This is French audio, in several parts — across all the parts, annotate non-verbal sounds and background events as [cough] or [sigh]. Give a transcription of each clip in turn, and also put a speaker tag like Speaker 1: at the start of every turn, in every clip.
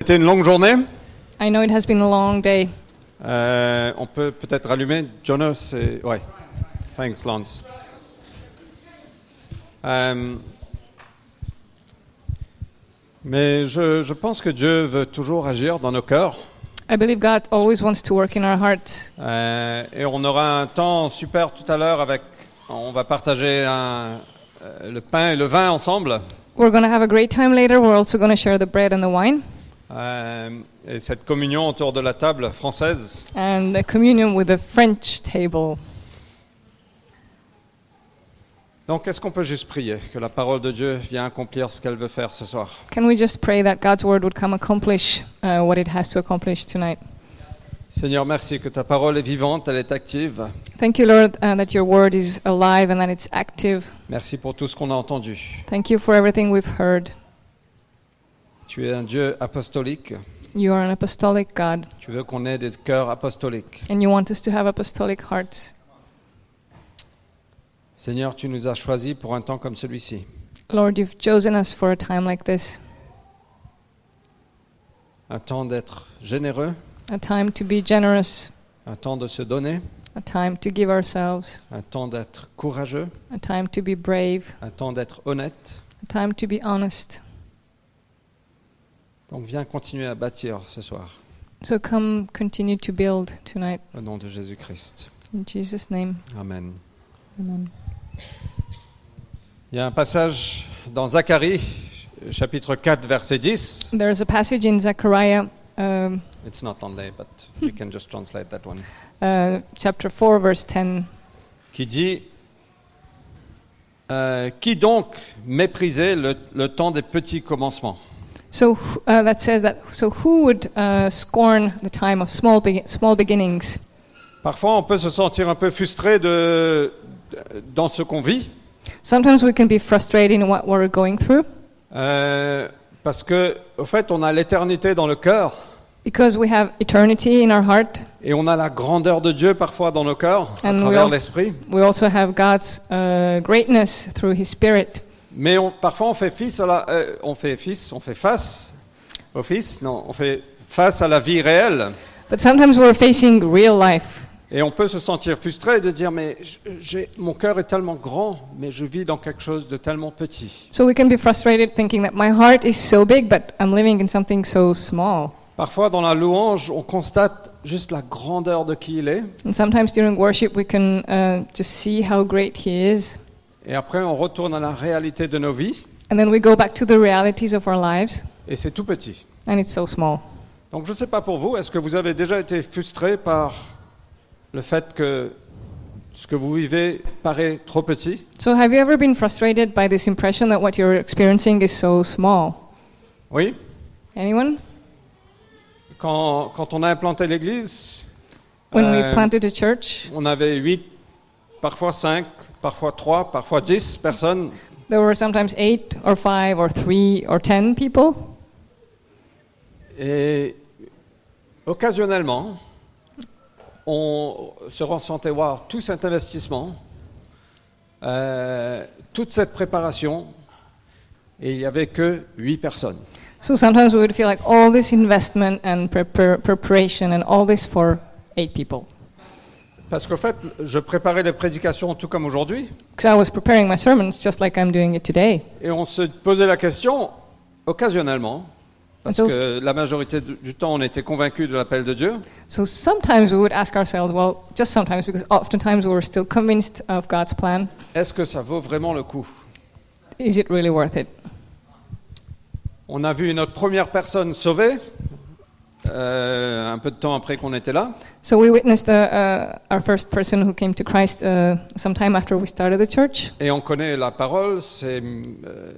Speaker 1: C'était une longue journée.
Speaker 2: I know it has been a long day.
Speaker 1: Euh, on peut peut-être allumer. Jonas, et... ouais. Thanks, Lance. Euh, mais je, je pense que Dieu veut toujours agir dans nos cœurs.
Speaker 2: I believe God always wants to work in our hearts.
Speaker 1: Euh, et on aura un temps super tout à l'heure avec. On va partager un- euh, le pain et le vin ensemble.
Speaker 2: We're going to have a great time later. We're also going to share the bread and the wine
Speaker 1: Euh, et cette communion autour de la table française.
Speaker 2: and the communion with the French table.
Speaker 1: Donc, est-ce qu'on peut juste prier que la parole de Dieu vienne accomplir ce qu'elle veut faire ce soir
Speaker 2: Can we just pray that God's word would come accomplish uh, what it has to accomplish tonight?
Speaker 1: Seigneur, merci que ta parole est vivante, elle est active.
Speaker 2: Thank you, Lord, uh, that your word is alive and that it's active.
Speaker 1: Merci pour tout ce qu'on a entendu.
Speaker 2: Thank you for everything we've heard.
Speaker 1: Tu es un Dieu apostolique.
Speaker 2: You are an apostolic God,
Speaker 1: Tu veux qu'on ait des cœurs apostoliques.
Speaker 2: and you want us to have apostolic hearts.
Speaker 1: Seigneur, tu nous as choisis pour un temps comme celui-ci.
Speaker 2: Lord, you've chosen us for a time like this,
Speaker 1: Un temps d'être généreux,
Speaker 2: a time to be generous,
Speaker 1: un temps de se donner,
Speaker 2: a time to give ourselves,
Speaker 1: un temps d'être courageux,
Speaker 2: a time to be brave,
Speaker 1: un temps d'être honnête.
Speaker 2: a time to be honest.
Speaker 1: Donc viens continuer à bâtir ce soir,
Speaker 2: So come continue to build tonight.
Speaker 1: au nom de Jésus-Christ.
Speaker 2: In Jesus' name,
Speaker 1: Amen.
Speaker 2: amen.
Speaker 1: Il y a un passage dans Zacharie, chapitre 4, verset 10.
Speaker 2: There's a passage in Zechariah um,
Speaker 1: It's not on there, but you can just translate that one.
Speaker 2: uh, chapter 4, verse 10.
Speaker 1: qui dit euh, Qui donc méprisait le, le temps des petits commencements
Speaker 2: So wh- uh, that says that. So who would uh, scorn the time of small, be- small beginnings?
Speaker 1: Parfois, on peut se sentir un peu frustré de, de- dans ce qu'on vit,
Speaker 2: Sometimes we can be frustrated in what we're going through
Speaker 1: euh, parce que, au fait, on a l'éternité dans le cœur
Speaker 2: because we have eternity in our heart.
Speaker 1: et on a la grandeur de Dieu parfois dans nos cœurs, à
Speaker 2: And we
Speaker 1: travers
Speaker 2: also-
Speaker 1: l'esprit.
Speaker 2: We also have God's uh, greatness through His Spirit.
Speaker 1: Mais on- parfois, on fait, fils à la- euh, on fait fils, on fait face au fils, non, on fait face à la vie réelle.
Speaker 2: But sometimes we're facing real life.
Speaker 1: Et on peut se sentir frustré de dire mais j- j'ai- mon cœur est tellement grand, mais je vis dans quelque chose de tellement petit.
Speaker 2: So we can be frustrated thinking that my heart is so big, but I'm living in something so small.
Speaker 1: Parfois dans la louange, on constate juste la grandeur de qui il est,
Speaker 2: And sometimes during worship, we can uh, just see how great He is.
Speaker 1: et après on retourne à la réalité de nos vies,
Speaker 2: And then we go back to the realities of our lives,
Speaker 1: et c'est tout petit.
Speaker 2: and it's so small.
Speaker 1: Donc je ne sais pas pour vous, est-ce que vous avez déjà été frustré par le fait que ce que vous vivez paraît trop petit
Speaker 2: So, have you ever been frustrated by this impression that what you're experiencing is so small?
Speaker 1: Oui.
Speaker 2: Anyone?
Speaker 1: Quand, quand on a implanté l'église,
Speaker 2: When
Speaker 1: euh,
Speaker 2: we planted a church,
Speaker 1: on avait 8, parfois 5, parfois 3, parfois 10 personnes.
Speaker 2: there were sometimes eight or five or three or ten people.
Speaker 1: Et occasionnellement, on se ressentait voir tout cet investissement, euh, toute cette préparation, et il n'y avait que 8 personnes.
Speaker 2: So, sometimes we would feel like all this investment and prepar- preparation and all this for eight people.
Speaker 1: Parce qu'au fait, je préparais les prédications tout comme aujourd'hui,
Speaker 2: Because I was preparing my sermons just like I'm doing it today.
Speaker 1: et on se posait la question occasionnellement, parce
Speaker 2: Donc-
Speaker 1: que la majorité du du temps, on était convaincus de l'appel de Dieu.
Speaker 2: So, sometimes we would ask ourselves, well, just sometimes, because oftentimes we were still convinced of God's plan,
Speaker 1: Est-ce que ça vaut vraiment le coup
Speaker 2: is it really worth it?
Speaker 1: On a vu notre première personne sauvée, euh, un peu de temps après qu'on était là.
Speaker 2: So we witnessed uh, uh, our first person who came to Christ uh, sometime after we started the church.
Speaker 1: Et on connaît la parole, c'est, euh,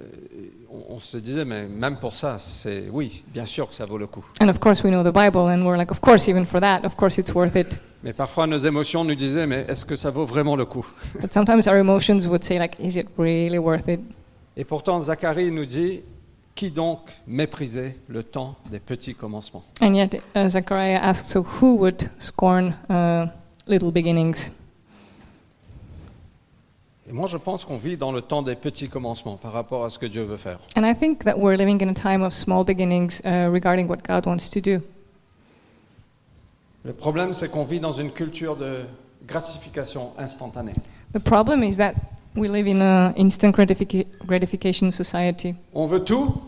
Speaker 1: on, on se disait, mais même pour ça, c'est oui, bien sûr que ça vaut le coup.
Speaker 2: And of course, we know the Bible, and we're like, of course, even for that, of course, it's worth it.
Speaker 1: Mais parfois, nos émotions nous disaient, mais est-ce que ça vaut vraiment le coup
Speaker 2: But sometimes our emotions would say, like, is it really worth it?
Speaker 1: Et pourtant, Zacharie nous dit, qui donc méprisait le temps des petits commencements
Speaker 2: And yet, uh, Zechariah asks, so who would scorn uh, little beginnings?
Speaker 1: Et moi, je pense qu'on vit dans le temps des petits commencements par rapport à ce que Dieu veut faire.
Speaker 2: And I think that we're living in a time of small beginnings uh, regarding what God wants to do.
Speaker 1: Le problème, c'est qu'on vit dans une culture de gratification instantanée.
Speaker 2: The problem is that we live in an instant gratifica- gratification society.
Speaker 1: On veut tout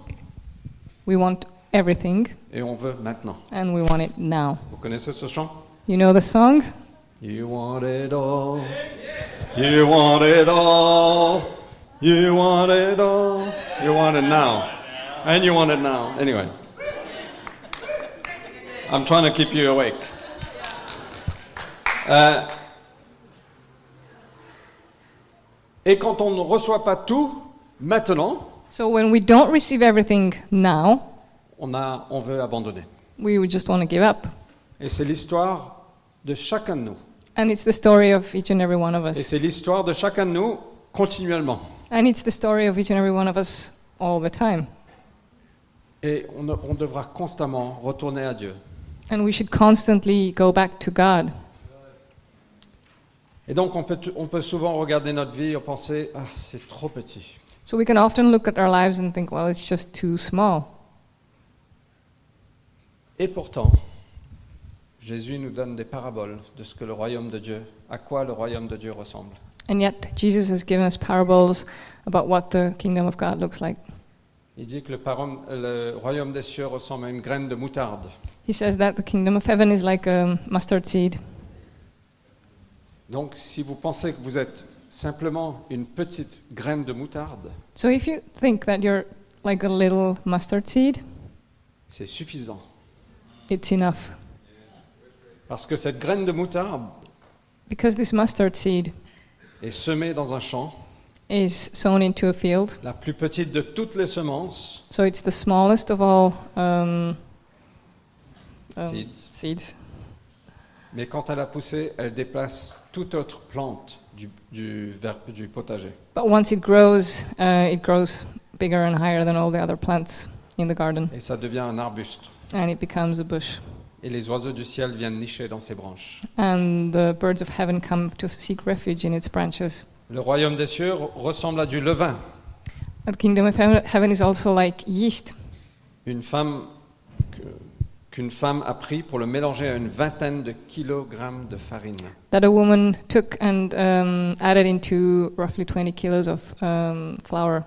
Speaker 2: We want everything
Speaker 1: et on veut maintenant.
Speaker 2: and we want it now.
Speaker 1: Vous connaissez ce chant
Speaker 2: You know the song?
Speaker 1: You want it all. You want it all. You want it all. You want it now. And you want it now. Anyway. I'm trying to keep you awake. Euh, et quand on ne reçoit pas tout, maintenant,
Speaker 2: So when we don't receive everything now,
Speaker 1: on, a, on veut abandonner.
Speaker 2: we would just want to give up.
Speaker 1: Et c'est l'histoire de chacun de nous.
Speaker 2: And it's the story of each and every one of
Speaker 1: Et
Speaker 2: us.
Speaker 1: c'est l'histoire de chacun de nous continuellement.
Speaker 2: And it's the story of each and every one of us all the time.
Speaker 1: Et on, ne- on devra constamment retourner à Dieu.
Speaker 2: And we should constantly go back to God.
Speaker 1: Et donc on peut, t- on peut souvent regarder notre vie et penser Ah, c'est trop petit.
Speaker 2: So we can often look at our lives and think, well, it's just too small.
Speaker 1: Et pourtant, Jésus nous donne des paraboles de ce que le royaume de Dieu, à quoi le royaume de Dieu ressemble.
Speaker 2: And yet, Jesus has given us parables about what the kingdom of God looks like.
Speaker 1: Il dit que le, parom- le royaume des cieux ressemble à une graine de moutarde.
Speaker 2: He says that the kingdom of heaven is like a mustard seed.
Speaker 1: Donc si vous pensez que vous êtes simplement une petite graine de moutarde,
Speaker 2: So if you think that you're like a little mustard seed,
Speaker 1: c'est suffisant.
Speaker 2: it's enough.
Speaker 1: Parce que cette graine de moutarde
Speaker 2: Because this mustard seed
Speaker 1: est semée dans un champ,
Speaker 2: is sown into a field,
Speaker 1: la plus petite de toutes les semences.
Speaker 2: so it's the smallest of all um, um,
Speaker 1: Seeds.
Speaker 2: seeds.
Speaker 1: Mais quand elle a poussé, elle déplace toute autre plante du, du ver- du potager.
Speaker 2: But once it grows, uh, it grows bigger and higher than all the other plants in the garden,
Speaker 1: Et ça devient un arbuste.
Speaker 2: and it becomes a bush.
Speaker 1: Et les oiseaux du ciel viennent nicher dans ses branches.
Speaker 2: And the birds of heaven come to seek refuge in its branches.
Speaker 1: Le royaume des cieux re- ressemble à du levain.
Speaker 2: The kingdom of heaven heaven is also like yeast.
Speaker 1: Une femme que- qu'une femme a pris pour le mélanger à une vingtaine de kilogrammes de farine.
Speaker 2: that a woman took and um, added into roughly 20 kilos of um, flour.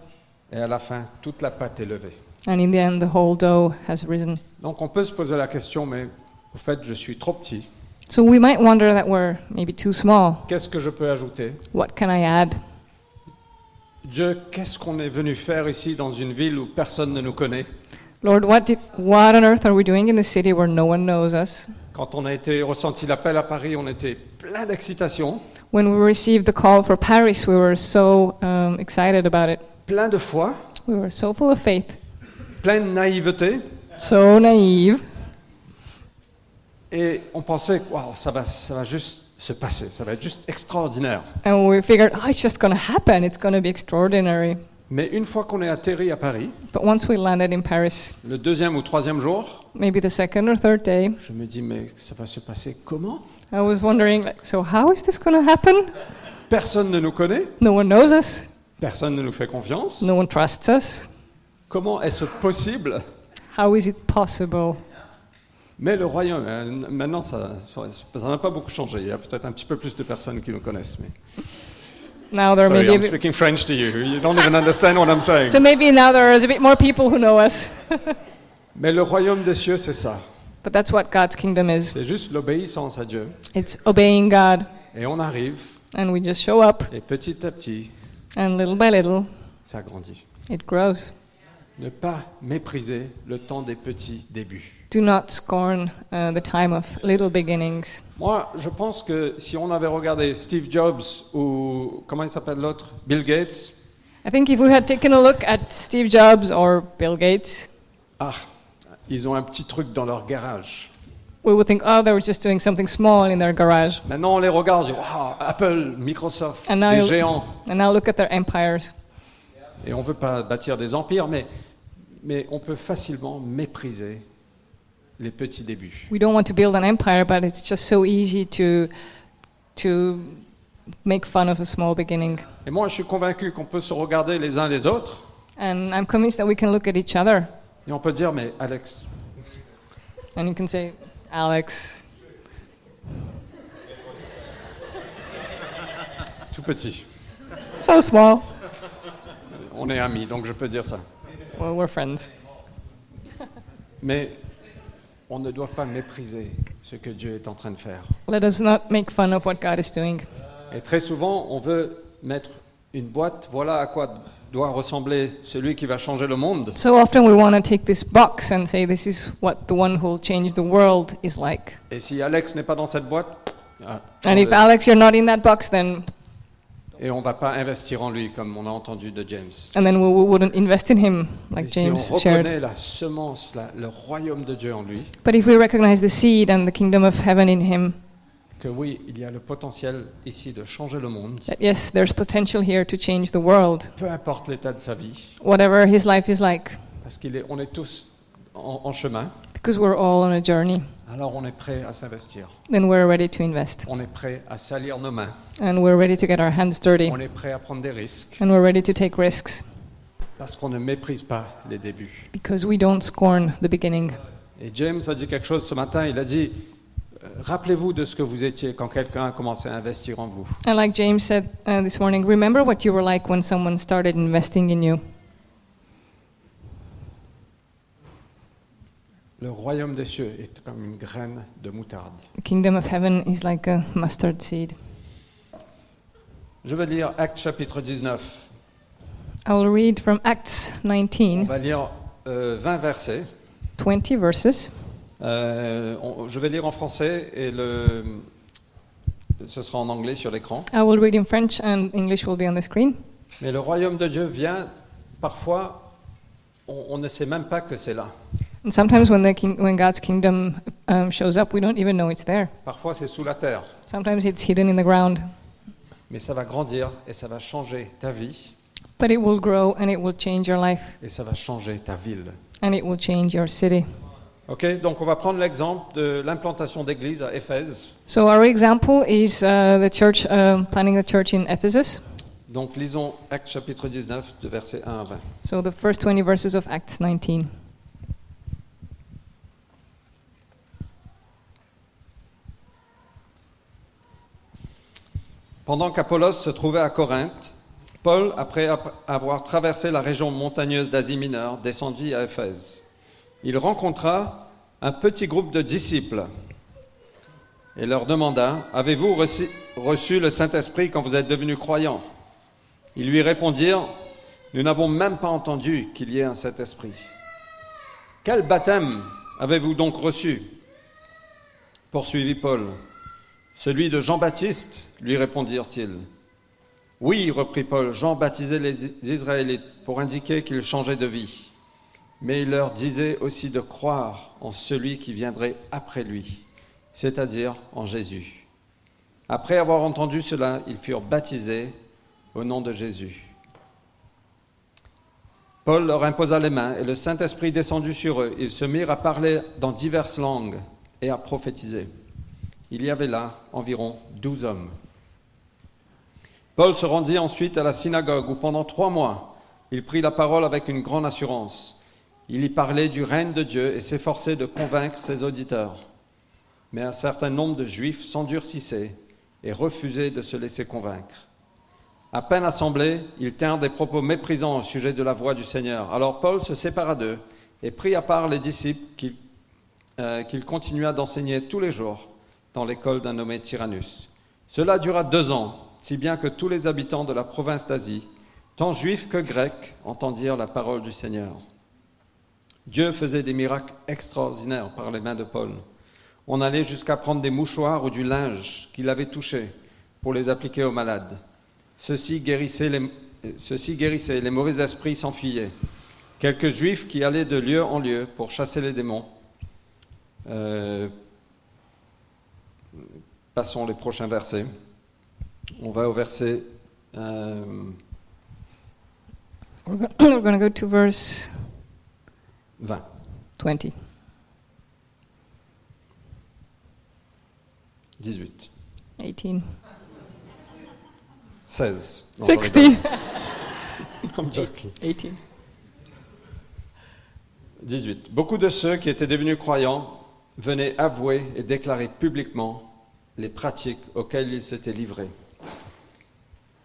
Speaker 1: Et à la fin, toute la pâte est levée.
Speaker 2: And in the end, the whole dough has risen.
Speaker 1: Donc on peut se poser la question, mais au fait, je suis trop petit.
Speaker 2: So we might wonder that we're maybe too small.
Speaker 1: Qu'est-ce que je peux ajouter
Speaker 2: What can I add?
Speaker 1: Dieu, qu'est-ce qu'on est venu faire ici dans une ville où personne ne nous connaît
Speaker 2: Lord, what, did, what on earth are we doing in the city where no one knows us?
Speaker 1: Quand on a été ressenti l'appel à Paris, on était plein d'excitation,
Speaker 2: When we received the call for Paris, we were so um, excited about it.
Speaker 1: plein de foi,
Speaker 2: We were so full of faith,
Speaker 1: plein de naïveté,
Speaker 2: so naive,
Speaker 1: et on pensait que Waouh, ça va, ça va juste se passer, ça va être juste extraordinaire.
Speaker 2: and we figured, oh, it's just going to happen. It's going to be extraordinary.
Speaker 1: Mais une fois qu'on est atterri à Paris,
Speaker 2: But once we landed in Paris,
Speaker 1: le deuxième ou troisième jour,
Speaker 2: maybe the second or third day,
Speaker 1: je me dis mais ça va se passer comment
Speaker 2: I was wondering, like, so how is this going to happen?
Speaker 1: Personne ne nous connaît,
Speaker 2: No one knows us.
Speaker 1: personne ne nous fait confiance.
Speaker 2: No one trusts us.
Speaker 1: Comment est-ce possible
Speaker 2: How is it possible?
Speaker 1: Mais le royaume, euh, maintenant, ça ça n'a pas beaucoup changé. Il y a peut-être un petit peu plus de personnes qui nous connaissent. Mais...
Speaker 2: Now there
Speaker 1: Sorry,
Speaker 2: may
Speaker 1: I'm
Speaker 2: be. A bit,
Speaker 1: speaking French to you. You don't even understand what I'm saying.
Speaker 2: so maybe now there is a bit more people who know us.
Speaker 1: Mais le royaume des cieux, c'est ça.
Speaker 2: But that's what God's kingdom is.
Speaker 1: C'est juste l'obéissance à Dieu.
Speaker 2: It's obeying God,
Speaker 1: Et on arrive,
Speaker 2: and we just show up,
Speaker 1: et petit à petit,
Speaker 2: and little by little,
Speaker 1: ça grandit.
Speaker 2: it grows.
Speaker 1: Ne pas mépriser le temps des petits débuts.
Speaker 2: Do not scorn uh, the time of little beginnings.
Speaker 1: Moi, je pense que si on avait regardé Steve Jobs ou, comment il s'appelle l'autre Bill Gates,
Speaker 2: I think if we had taken a look at Steve Jobs or Bill Gates,
Speaker 1: ah, ils ont un petit truc dans leur garage.
Speaker 2: we would think, oh, they were just doing something small in their garage.
Speaker 1: Maintenant, on les regarde, on dit, Waouh, Apple, Microsoft,
Speaker 2: And now
Speaker 1: des
Speaker 2: you-
Speaker 1: géants.
Speaker 2: And now look at their empires.
Speaker 1: Et on ne veut pas bâtir des empires, mais, mais on peut facilement mépriser les petits débuts.
Speaker 2: we don't want to build an empire, but it's just so easy to to make fun of a small beginning.
Speaker 1: Et moi, je suis convaincu qu'on peut se regarder les uns les autres
Speaker 2: And I'm convinced that we can look at each other
Speaker 1: et on peut dire, mais Alex,
Speaker 2: and you can say, Alex,
Speaker 1: tout petit,
Speaker 2: so small.
Speaker 1: on est amis, donc je peux dire ça.
Speaker 2: Well, we're friends.
Speaker 1: Mais on ne doit pas mépriser ce que Dieu est en train de faire.
Speaker 2: Let us not make fun of what God is doing.
Speaker 1: Et très souvent, on veut mettre une boîte, voilà à quoi doit ressembler celui qui va changer le monde.
Speaker 2: So often we want to take this box and say, this is what the one who will change the world is like.
Speaker 1: Et si Alex n'est pas dans cette boîte, ah,
Speaker 2: And if Alex, you're not in that box, then
Speaker 1: et on ne va pas investir en lui comme on a entendu de James.
Speaker 2: and then we, we wouldn't invest in him,
Speaker 1: Et
Speaker 2: like
Speaker 1: si on
Speaker 2: Ah, James shared.
Speaker 1: reconnaît la semence, la- le royaume de Dieu en lui,
Speaker 2: But if we recognize the seed and the kingdom of heaven in him,
Speaker 1: que oui, il y a le potentiel ici de changer le monde,
Speaker 2: that yes, there's potential here to change the world,
Speaker 1: peu importe l'état de sa vie,
Speaker 2: whatever his life is like,
Speaker 1: parce qu'on est, on est tous en, en chemin,
Speaker 2: because we're all on a journey.
Speaker 1: alors on est prêt à s'investir,
Speaker 2: Then we're ready to invest,
Speaker 1: on est prêt à salir nos mains,
Speaker 2: and we're ready to get our hands dirty,
Speaker 1: on est prêt à prendre des risques,
Speaker 2: and we're ready to take risks,
Speaker 1: parce qu'on ne méprise pas les débuts.
Speaker 2: because we don't scorn the beginning.
Speaker 1: Et James a dit quelque chose ce matin, il a dit, euh, rappelez-vous de ce que vous étiez quand quelqu'un a commencé à investir en vous.
Speaker 2: And like James said uh, this morning, remember what you were like when someone started investing in you.
Speaker 1: Le royaume des cieux est comme une graine de moutarde.
Speaker 2: The kingdom of heaven is like a mustard seed.
Speaker 1: Je vais lire Actes chapitre 19.
Speaker 2: I will read from Acts
Speaker 1: On
Speaker 2: 19,
Speaker 1: va lire euh, 20 versets.
Speaker 2: 20 verses.
Speaker 1: Euh, on- je vais lire en français et le, ce sera en anglais sur l'écran.
Speaker 2: I will read in French and English will be on the screen.
Speaker 1: Mais le royaume de Dieu vient, parfois, on, on ne sait même pas que c'est là.
Speaker 2: And sometimes when, the king, when God's kingdom um, shows up, we don't even know it's there.
Speaker 1: Parfois, c'est sous la terre.
Speaker 2: Sometimes it's hidden in the ground,
Speaker 1: Mais ça va grandir et ça va changer ta vie
Speaker 2: but it will grow and it will change your life
Speaker 1: et ça va changer ta ville.
Speaker 2: and it will change your city.
Speaker 1: Ok, donc on va prendre l'exemple de l'implantation d'église à Éphèse.
Speaker 2: So our example is uh, the church, um planning a church in Ephesus.
Speaker 1: Donc lisons Actes chapitre 19 de versets 1 à 20.
Speaker 2: So the first 20 verses of Acts 19.
Speaker 1: Pendant qu'Apollos se trouvait à Corinthe, Paul, après ap- avoir traversé la région montagneuse d'Asie mineure, descendit à Éphèse. Il rencontra un petit groupe de disciples et leur demanda Avez-vous reçu, reçu le Saint-Esprit quand vous êtes devenus croyants Ils lui répondirent Nous n'avons même pas entendu qu'il y ait un Saint-Esprit. Quel baptême avez-vous donc reçu poursuivit Paul. Celui de Jean-Baptiste, lui répondirent-ils. Oui, reprit Paul, Jean baptisait les Israélites pour indiquer qu'ils changeaient de vie. Mais il leur disait aussi de croire en celui qui viendrait après lui, c'est-à-dire en Jésus. Après avoir entendu cela, ils furent baptisés au nom de Jésus. Paul leur imposa les mains et le Saint-Esprit descendit sur eux. Ils se mirent à parler dans diverses langues et à prophétiser. Il y avait là environ douze hommes. Paul se rendit ensuite à la synagogue où pendant trois mois, il prit la parole avec une grande assurance. Il y parlait du règne de Dieu et s'efforçait de convaincre ses auditeurs. Mais un certain nombre de Juifs s'endurcissaient et refusaient de se laisser convaincre. À peine assemblés, ils tinrent des propos méprisants au sujet de la voix du Seigneur. Alors Paul se sépara d'eux et prit à part les disciples qu'il euh, qu'il continua d'enseigner tous les jours dans l'école d'un nommé Tyrannus. Cela dura deux ans, si bien que tous les habitants de la province d'Asie, tant juifs que grecs, entendirent la parole du Seigneur. Dieu faisait des miracles extraordinaires par les mains de Paul. On allait jusqu'à prendre des mouchoirs ou du linge qu'il avait touché pour les appliquer aux malades. Ceux-ci guérissaient les, euh, ceux-ci guérissaient, les mauvais esprits s'enfuyaient. Quelques juifs qui allaient de lieu en lieu pour chasser les démons euh, passons les prochains versets. On va au verset. euh,
Speaker 2: We're going to go [coughs] to verse
Speaker 1: 20.
Speaker 2: 20,
Speaker 1: 18.
Speaker 2: 18.
Speaker 1: 16. Non, je rigole.
Speaker 2: 60, [laughs]
Speaker 1: I'm joking.
Speaker 2: 18.
Speaker 1: 18. Beaucoup de ceux qui étaient devenus croyants venaient avouer et déclarer publiquement les pratiques auxquelles ils s'étaient livrés.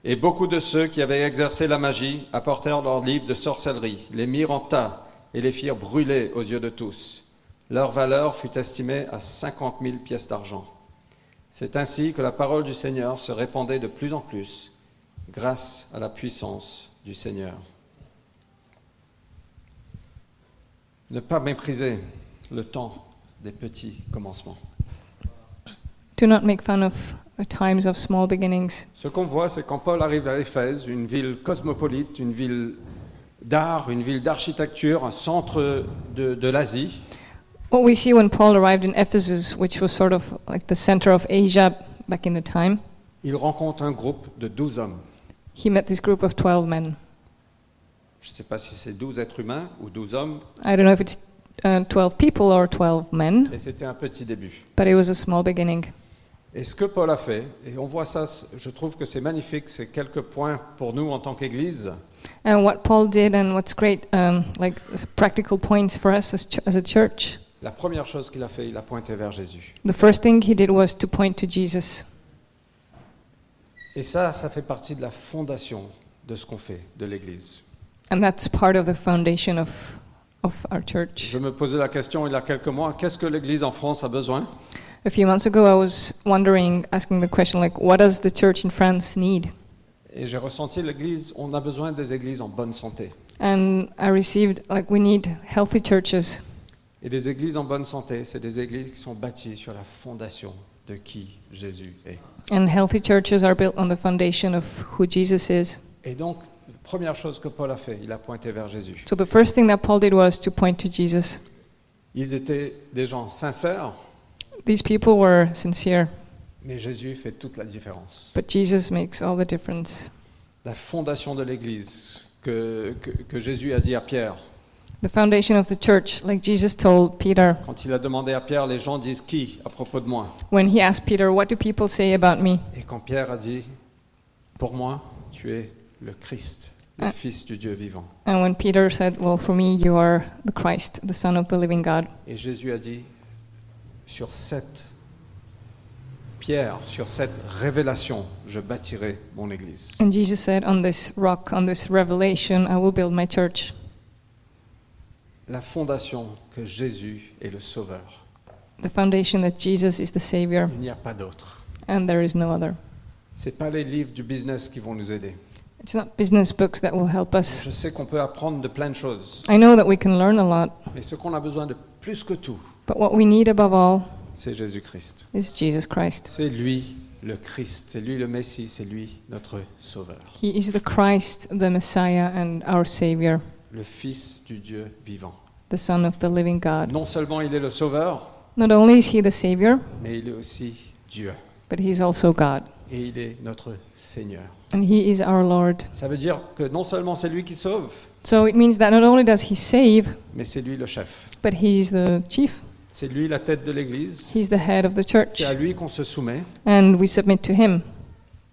Speaker 1: Et beaucoup de ceux qui avaient exercé la magie apportèrent leurs livres de sorcellerie, les mirent en tas et les firent brûler aux yeux de tous. Leur valeur fut estimée à 50 000 pièces d'argent. C'est ainsi que la parole du Seigneur se répandait de plus en plus grâce à la puissance du Seigneur. Ne pas mépriser le temps des petits commencements.
Speaker 2: Do not make fun of the times of small beginnings.
Speaker 1: Ce qu'on voit, c'est quand Paul arrive à Éphèse, une ville cosmopolite, une ville d'art, une ville d'architecture, un centre de, de l'Asie,
Speaker 2: What we see when Paul arrived in Ephesus, which was sort of like the center of Asia back in the time,
Speaker 1: il rencontre un groupe de 12 hommes.
Speaker 2: he met this group of 12 men.
Speaker 1: Je ne sais pas si c'est 12 êtres humains ou 12 hommes,
Speaker 2: I don't know if it's uh, 12 people or 12 men,
Speaker 1: et c'était un petit début.
Speaker 2: but it was a small beginning.
Speaker 1: Et ce que Paul a fait, et on voit ça, c- je trouve que c'est magnifique, c'est quelques points pour nous en tant qu'Église,
Speaker 2: And what Paul did, and what's great, um, like s- practical points for us as, ch- as a church,
Speaker 1: la première chose qu'il a fait, il a pointé vers Jésus.
Speaker 2: the first thing he did was to point to Jesus.
Speaker 1: Et ça, ça fait partie de la fondation de ce qu'on fait, de l'Église.
Speaker 2: And that's part of the foundation of, of our church.
Speaker 1: Je me posais la question il y a quelques mois, qu'est-ce que l'Église en France a besoin
Speaker 2: A few months ago, I was wondering, asking the question, like, what does the church in France need?
Speaker 1: Et j'ai ressenti l'Église, on a besoin des églises en bonne santé.
Speaker 2: And I received, like, we need healthy churches.
Speaker 1: Et des églises en bonne santé, c'est des églises qui sont bâties sur la fondation de qui Jésus est.
Speaker 2: And healthy churches are built on the foundation of who Jesus is.
Speaker 1: Et donc, la première chose que Paul a fait, il a pointé vers Jésus.
Speaker 2: So the first thing that Paul did was to point to Jesus.
Speaker 1: Ils étaient des gens sincères,
Speaker 2: These people were sincere,
Speaker 1: mais Jésus fait toute la différence.
Speaker 2: but Jesus makes all the difference.
Speaker 1: La fondation de l'église que, que- que Jésus a dit à Pierre.
Speaker 2: The foundation of the church, like Jesus told Peter,
Speaker 1: Quand il a demandé à Pierre, les gens disent qui à propos de moi
Speaker 2: when he asked Peter, What do people say about me?
Speaker 1: Et quand Pierre a dit, pour moi, tu es le Christ, le
Speaker 2: Ah.
Speaker 1: Fils du Dieu vivant.
Speaker 2: And when Peter said, Well, for me, you are the Christ, the Son of the living God.
Speaker 1: Et Jésus a dit, sur cette pierre, sur cette révélation, je bâtirai mon église.
Speaker 2: And Jesus said, On this rock, on this revelation, I will build my church.
Speaker 1: La fondation que Jésus est le Sauveur.
Speaker 2: The foundation that Jesus is the Savior,
Speaker 1: Il n'y a pas d'autre.
Speaker 2: and there is no other.
Speaker 1: Ce pas les livres du business qui vont nous aider.
Speaker 2: It's not business books that will help us.
Speaker 1: Je sais qu'on peut apprendre de plein de choses,
Speaker 2: I know that we can learn a lot,
Speaker 1: mais ce qu'on a besoin de plus que tout,
Speaker 2: but what we need above all
Speaker 1: c'est Jésus-Christ.
Speaker 2: is Jesus Christ.
Speaker 1: C'est lui le Christ, c'est lui le Messie, c'est lui notre Sauveur,
Speaker 2: He is the Christ, the Messiah, and our Savior,
Speaker 1: le Fils du Dieu vivant.
Speaker 2: the Son of the living God.
Speaker 1: Non seulement il est le Sauveur,
Speaker 2: Not only is He the Savior,
Speaker 1: mais il est aussi Dieu.
Speaker 2: but He is also God,
Speaker 1: Et il est notre Seigneur.
Speaker 2: and He is our Lord.
Speaker 1: Ça veut dire que non seulement c'est lui qui sauve,
Speaker 2: So it means that not only does He save,
Speaker 1: mais c'est lui le chef.
Speaker 2: but He is the chief,
Speaker 1: C'est lui la tête de l'Église.
Speaker 2: He's the head of the church,
Speaker 1: C'est à lui qu'on se soumet.
Speaker 2: and we submit to Him.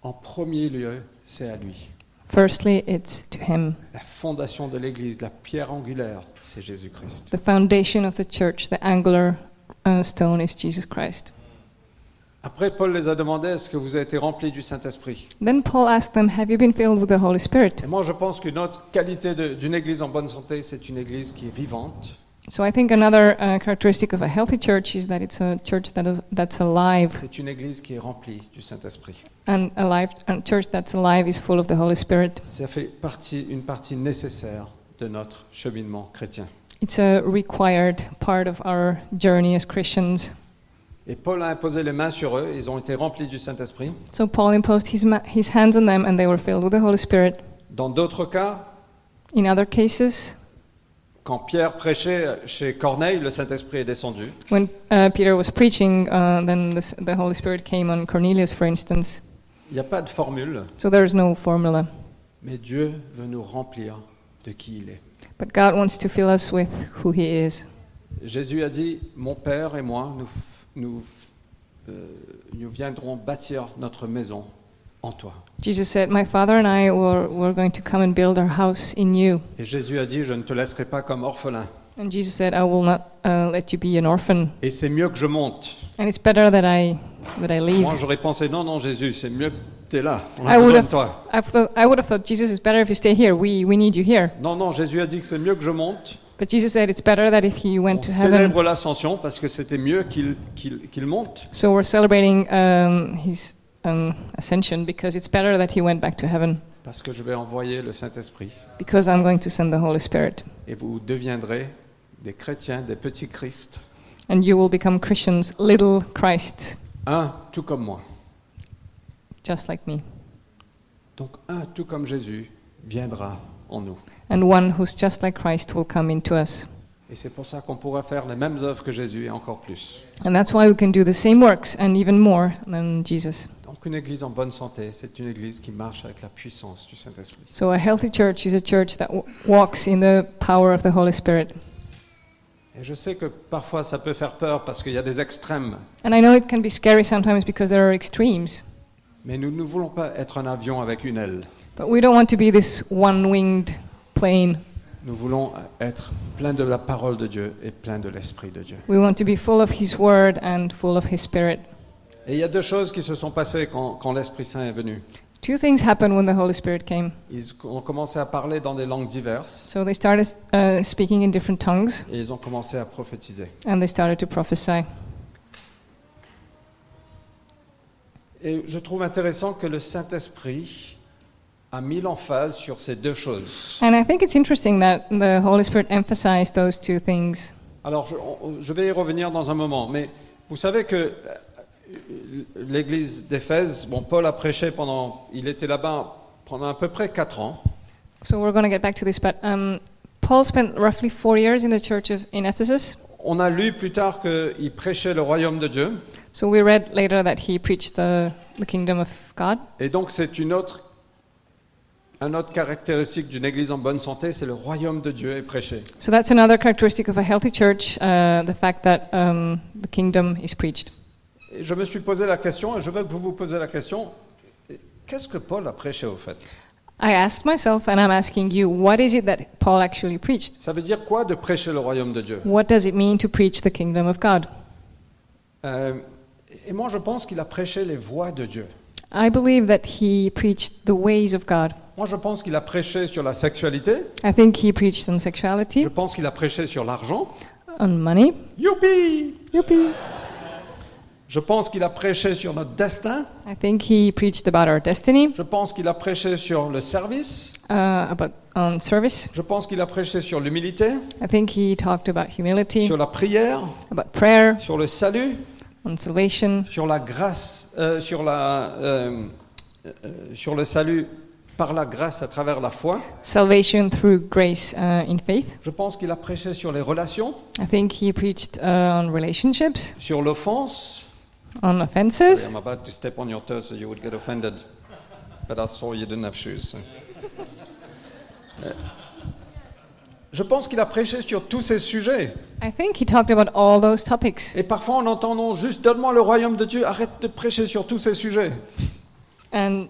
Speaker 1: En premier lieu, c'est à lui.
Speaker 2: Firstly, it's to Him.
Speaker 1: La fondation de l'Église, la pierre angulaire, c'est Jésus-Christ.
Speaker 2: The foundation of the church, the angular uh, stone, is Jesus Christ.
Speaker 1: Après, Paul les a demandé est-ce que vous avez été remplis du Saint-Esprit
Speaker 2: Then Paul asked them, Have you been filled with the Holy Spirit?
Speaker 1: Et moi, je pense qu'une autre qualité de- d'une Église en bonne santé, c'est une Églige qui est vivante.
Speaker 2: So I think another uh, characteristic of a healthy church is that it's a church that is, that's alive,
Speaker 1: C'est une Église qui est remplie du Saint-Esprit.
Speaker 2: and alive, and church that's alive is full of the Holy Spirit.
Speaker 1: Ça fait partie, une partie nécessaire de notre cheminement chrétien.
Speaker 2: It's a required part of our journey as Christians.
Speaker 1: Et Paul a imposé les mains sur eux, ils ont été remplis du Saint-Esprit.
Speaker 2: So Paul imposed his, ma- his hands on them, and they were filled with the Holy Spirit.
Speaker 1: Dans d'autres cas,
Speaker 2: In other cases,
Speaker 1: quand Pierre prêchait chez Corneille, le Saint-Esprit est descendu.
Speaker 2: when uh, Peter was preaching, uh, then the, s- the Holy Spirit came on Cornelius, for instance.
Speaker 1: Il n'y a pas de formule,
Speaker 2: So there is no formula.
Speaker 1: mais Dieu veut nous remplir de qui il est.
Speaker 2: But God wants to fill us with who He is.
Speaker 1: Jésus a dit, mon Père et moi, nous, f- nous, f- euh, nous viendrons bâtir notre maison en toi.
Speaker 2: Jesus said, My father and I were, were going to come and build our house in you.
Speaker 1: Et Jésus a dit, je ne te laisserai pas comme orphelin.
Speaker 2: And Jesus said, I will not uh, let you be an orphan.
Speaker 1: Et c'est mieux que je monte.
Speaker 2: And it's better that I, that I leave.
Speaker 1: Moi, j'aurais pensé, non, non, Jésus, c'est mieux que tu es là. On
Speaker 2: I
Speaker 1: a
Speaker 2: would
Speaker 1: besoin de
Speaker 2: have,
Speaker 1: toi.
Speaker 2: I've thought, I would have thought, Jesus, it's better if you stay here. We, we need you here.
Speaker 1: Non, non, Jésus a dit que c'est mieux que je monte.
Speaker 2: But Jesus said, It's better that if you
Speaker 1: On
Speaker 2: went to heaven.
Speaker 1: célèbre l'ascension parce que c'était mieux qu'il qu'il- qu'il monte.
Speaker 2: So we're celebrating um, his um, ascension because it's better that he went back to heaven
Speaker 1: Parce que je vais envoyer le Saint-Esprit.
Speaker 2: because I'm going to send the Holy Spirit.
Speaker 1: Et vous deviendrez des chrétiens, des petits Christ.
Speaker 2: And you will become Christians, little Christs,
Speaker 1: Un, tout comme moi.
Speaker 2: just like me.
Speaker 1: Donc un, tout comme Jésus, viendra en nous.
Speaker 2: And one who's just like Christ will come into us.
Speaker 1: Et c'est pour ça qu'on pourra faire les mêmes œuvres que Jésus et encore plus.
Speaker 2: And that's why we can do the same works and even more than Jesus.
Speaker 1: Donc une église en bonne santé, c'est une église qui marche avec la puissance du Saint-Esprit.
Speaker 2: So a healthy church is a church that w- walks in the power of the Holy Spirit.
Speaker 1: Et je sais que parfois ça peut faire peur parce qu'il y a des extrêmes.
Speaker 2: And I know it can be scary sometimes because there are extremes,
Speaker 1: Mais nous ne voulons pas être un avion avec une aile.
Speaker 2: but we don't want to be this one winged plane.
Speaker 1: Nous voulons être plein de la parole de Dieu et plein de l'Esprit de Dieu.
Speaker 2: We want to be full of His Word and full of His Spirit.
Speaker 1: Et il y a deux choses qui se sont passées quand, quand l'Esprit Saint est venu.
Speaker 2: Two things happened when the Holy Spirit came.
Speaker 1: Ils ont commencé à parler dans des langues diverses
Speaker 2: So they started uh, speaking in different tongues
Speaker 1: et ils ont commencé à prophétiser.
Speaker 2: and they started to prophesy.
Speaker 1: Et je trouve intéressant que le Saint-Esprit a mis l'emphase sur ces deux choses.
Speaker 2: And I think it's interesting that the Holy Spirit emphasized those two things.
Speaker 1: Alors, je, on- je vais y revenir dans un moment, mais vous savez que euh, l'église d'Éphèse, bon, Paul a prêché pendant, il était là-bas pendant à peu près quatre ans,
Speaker 2: So we're going to get back to this, but um, Paul spent roughly four years in the church of, in Ephesus.
Speaker 1: On a lu plus tard qu'il prêchait le royaume de Dieu,
Speaker 2: So we read later that he preached the, the kingdom of God.
Speaker 1: et donc c'est une autre, une autre caractéristique d'une église en bonne santé, c'est le royaume de Dieu est prêché.
Speaker 2: So that's another characteristic of a healthy church uh, the fact that um, the kingdom is preached.
Speaker 1: Et je me suis posé la question, et je veux que vous vous posez la question, qu'est-ce que Paul a prêché au fait
Speaker 2: I asked myself, and I'm asking you, what is it that Paul actually preached?
Speaker 1: Ça veut dire quoi de prêcher le royaume de Dieu
Speaker 2: What does it mean to preach the kingdom of God?
Speaker 1: Euh, Et moi je pense qu'il a prêché les voies de Dieu.
Speaker 2: I believe that he preached the ways of God.
Speaker 1: Moi je pense qu'il a prêché sur la sexualité,
Speaker 2: I think he preached on sexuality,
Speaker 1: je pense qu'il a prêché sur l'argent.
Speaker 2: on money.
Speaker 1: Youpi
Speaker 2: Yippee.
Speaker 1: Je pense qu'il a prêché sur notre destin,
Speaker 2: I think he preached about our destiny,
Speaker 1: je pense qu'il a prêché sur le service.
Speaker 2: uh, about on service.
Speaker 1: Je pense qu'il a prêché sur l'humilité,
Speaker 2: I think he talked about humility,
Speaker 1: sur la prière,
Speaker 2: about prayer,
Speaker 1: sur le salut,
Speaker 2: on salvation,
Speaker 1: sur la grâce, euh, sur, la, euh, euh, sur le salut par la grâce à travers la foi.
Speaker 2: salvation through grace uh, in faith.
Speaker 1: Je pense qu'il a prêché sur les relations,
Speaker 2: I think he preached uh, on relationships,
Speaker 1: sur l'offense.
Speaker 2: on offenses.
Speaker 1: I'm about to step on your toe so you would get offended. But I saw you didn't have shoes. so. Euh, Je pense qu'il a prêché sur tous ces sujets.
Speaker 2: I think he talked about all those topics.
Speaker 1: Et parfois on entend non, juste donne-moi le royaume de Dieu, arrête de prêcher sur tous ces sujets.
Speaker 2: And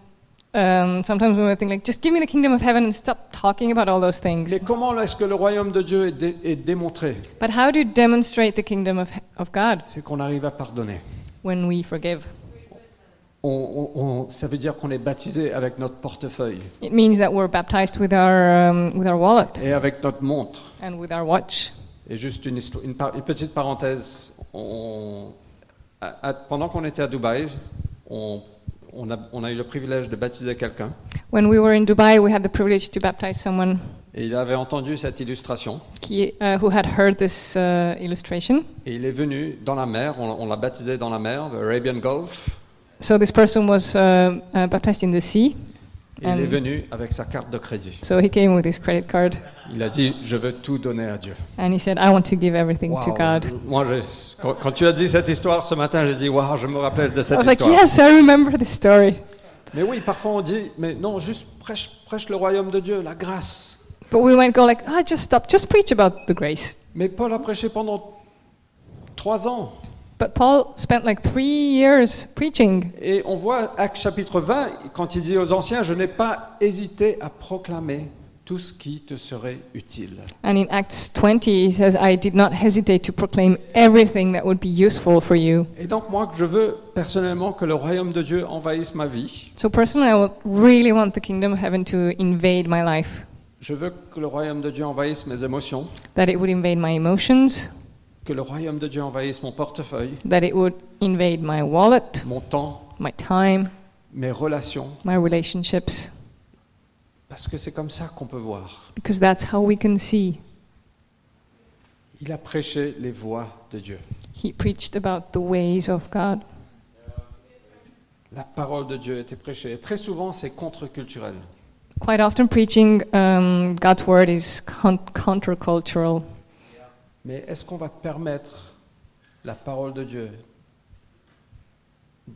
Speaker 2: um, sometimes we would think like, just give me the kingdom of heaven and stop talking about all those things.
Speaker 1: Mais comment est-ce que le royaume de Dieu est, dé- est démontré
Speaker 2: But how do you demonstrate the kingdom of, of God
Speaker 1: C'est qu'on arrive à pardonner.
Speaker 2: when we forgive?
Speaker 1: On- on- on- ça veut dire qu'on est baptisé avec notre portefeuille
Speaker 2: It means that we're baptized with our, um, with our wallet
Speaker 1: et avec notre montre.
Speaker 2: and with our watch.
Speaker 1: Et juste une, histo- une par- une petite parenthèse, on- à- à- pendant qu'on était à Dubaï, on, on a, on a eu le privilège de baptiser quelqu'un
Speaker 2: When we were in Dubai, we had the privilege to baptize someone
Speaker 1: et il avait entendu cette illustration
Speaker 2: he, uh, who had heard this uh, illustration.
Speaker 1: et il est venu dans la mer, on, on l'a baptisé dans la mer, the Arabian Gulf,
Speaker 2: So this person was um uh, baptized in the sea,
Speaker 1: et il est
Speaker 2: and
Speaker 1: venu avec sa carte de crédit.
Speaker 2: so he came with his credit card
Speaker 1: Il a dit, je veux tout donner à Dieu.
Speaker 2: and he said, "I want to give everything to
Speaker 1: Wow,
Speaker 2: God."
Speaker 1: je- Moi, je- quand, quand tu as dit cette histoire ce matin, j'ai dit, waouh, je me rappelle de
Speaker 2: I
Speaker 1: cette
Speaker 2: was like,
Speaker 1: histoire.
Speaker 2: "Yes, I remember this story."
Speaker 1: Mais oui, parfois on dit, mais non, juste prêche, prêche le royaume de Dieu, la grâce.
Speaker 2: But we might go like, "Ah, just stop, just preach about the grace."
Speaker 1: Mais Paul a prêché pendant trois ans.
Speaker 2: But Paul spent like three years preaching.
Speaker 1: Et on voit Acte chapitre 20, quand il dit aux anciens, je n'ai pas hésité à proclamer tout ce qui te serait utile.
Speaker 2: And in Acts 20, he says, I did not hesitate to proclaim everything that would be useful for you.
Speaker 1: Et donc moi, je veux personnellement que le royaume de Dieu envahisse ma vie.
Speaker 2: So personally, I would really want the kingdom of heaven to invade my life,
Speaker 1: Je veux que le royaume de Dieu envahisse mes émotions,
Speaker 2: that it would invade my emotions,
Speaker 1: que le royaume de Dieu envahisse mon portefeuille,
Speaker 2: that it would invade my wallet,
Speaker 1: mon temps,
Speaker 2: my time,
Speaker 1: mes relations,
Speaker 2: my relationships,
Speaker 1: parce que c'est comme ça qu'on peut voir.
Speaker 2: because that's how we can see.
Speaker 1: Il a prêché les voies de Dieu.
Speaker 2: He preached about the ways of God.
Speaker 1: La parole de Dieu était prêchée. Et très souvent, c'est contre-culturel.
Speaker 2: Quite often, preaching um, God's word is con- countercultural.
Speaker 1: Mais est-ce qu'on va permettre la parole de Dieu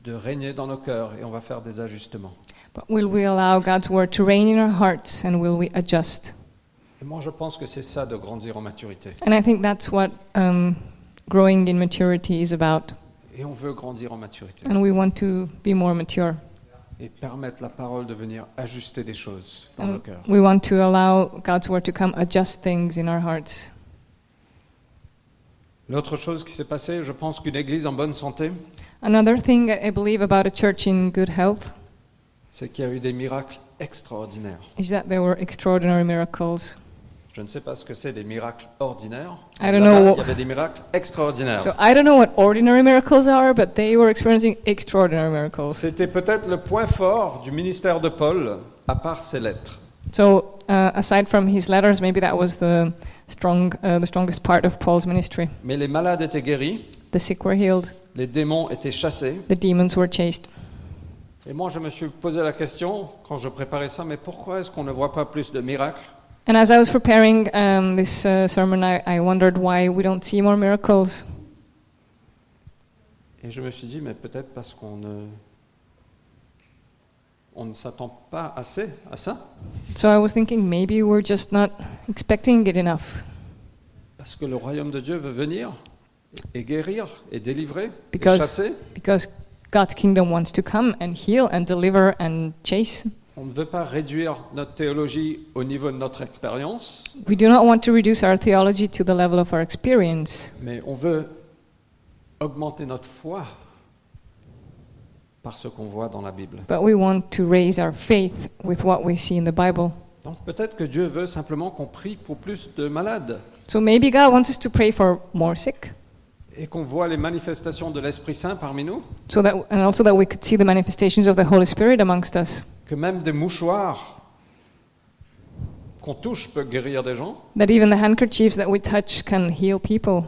Speaker 1: de régner dans nos cœurs et on va faire des ajustements
Speaker 2: But will we allow God's word to reign in our hearts and will we adjust?
Speaker 1: Et moi, je pense que c'est ça de grandir en maturité.
Speaker 2: And I think that's what um, growing in maturity is about.
Speaker 1: Et on veut grandir en maturité
Speaker 2: And we want to be more mature.
Speaker 1: et permettre la parole de venir ajuster des choses dans nos
Speaker 2: And
Speaker 1: cœurs.
Speaker 2: we want to allow God's word to come adjust things in our hearts.
Speaker 1: L'autre chose qui s'est passée, je pense qu'une église en bonne santé,
Speaker 2: Another thing I believe about a church in good health
Speaker 1: c'est qu'il y a eu des miracles extraordinaires.
Speaker 2: is that there were extraordinary miracles.
Speaker 1: Je ne sais pas ce que c'est des miracles ordinaires.
Speaker 2: I don't
Speaker 1: Là-bas,
Speaker 2: know.
Speaker 1: Il y avait des miracles extraordinaires.
Speaker 2: So I don't know what ordinary miracles are, but they were experiencing extraordinary miracles.
Speaker 1: C'était peut-être le point fort du ministère de Paul, à part ses lettres.
Speaker 2: So uh, aside from his letters, maybe that was the strong, uh, the strongest part of Paul's ministry.
Speaker 1: Mais les malades étaient guéris,
Speaker 2: The sick were healed.
Speaker 1: les démons étaient chassés.
Speaker 2: The demons were chased.
Speaker 1: Et moi, je me suis posé la question, quand je préparais ça, mais pourquoi est-ce qu'on ne voit pas plus de miracles
Speaker 2: And as I was preparing um, this uh, sermon, I, I wondered why we don't see more miracles.
Speaker 1: Et je me suis dit, mais peut-être parce qu'on ne, on ne s'attend pas assez à ça.
Speaker 2: So I was thinking maybe we're just not expecting it enough
Speaker 1: Parce que le royaume de Dieu veut venir et guérir et délivrer et
Speaker 2: Because-
Speaker 1: chasser.
Speaker 2: because God's kingdom wants to come and heal and deliver and chase.
Speaker 1: On ne veut pas réduire notre théologie au niveau de notre expérience,
Speaker 2: We do not want to reduce our theology to the level of our experience,
Speaker 1: mais on veut augmenter notre foi par ce qu'on voit dans la Bible.
Speaker 2: but we want to raise our faith with what we see in the Bible.
Speaker 1: Donc peut-être que Dieu veut simplement qu'on prie pour plus de malades
Speaker 2: So maybe God wants us to pray for more sick,
Speaker 1: et qu'on voit les manifestations de l'Esprit Saint parmi nous,
Speaker 2: so that, and also that we could see the manifestations of the Holy Spirit amongst us.
Speaker 1: que même des mouchoirs qu'on touche peuvent guérir des gens.
Speaker 2: that even the handkerchiefs that we touch can heal people.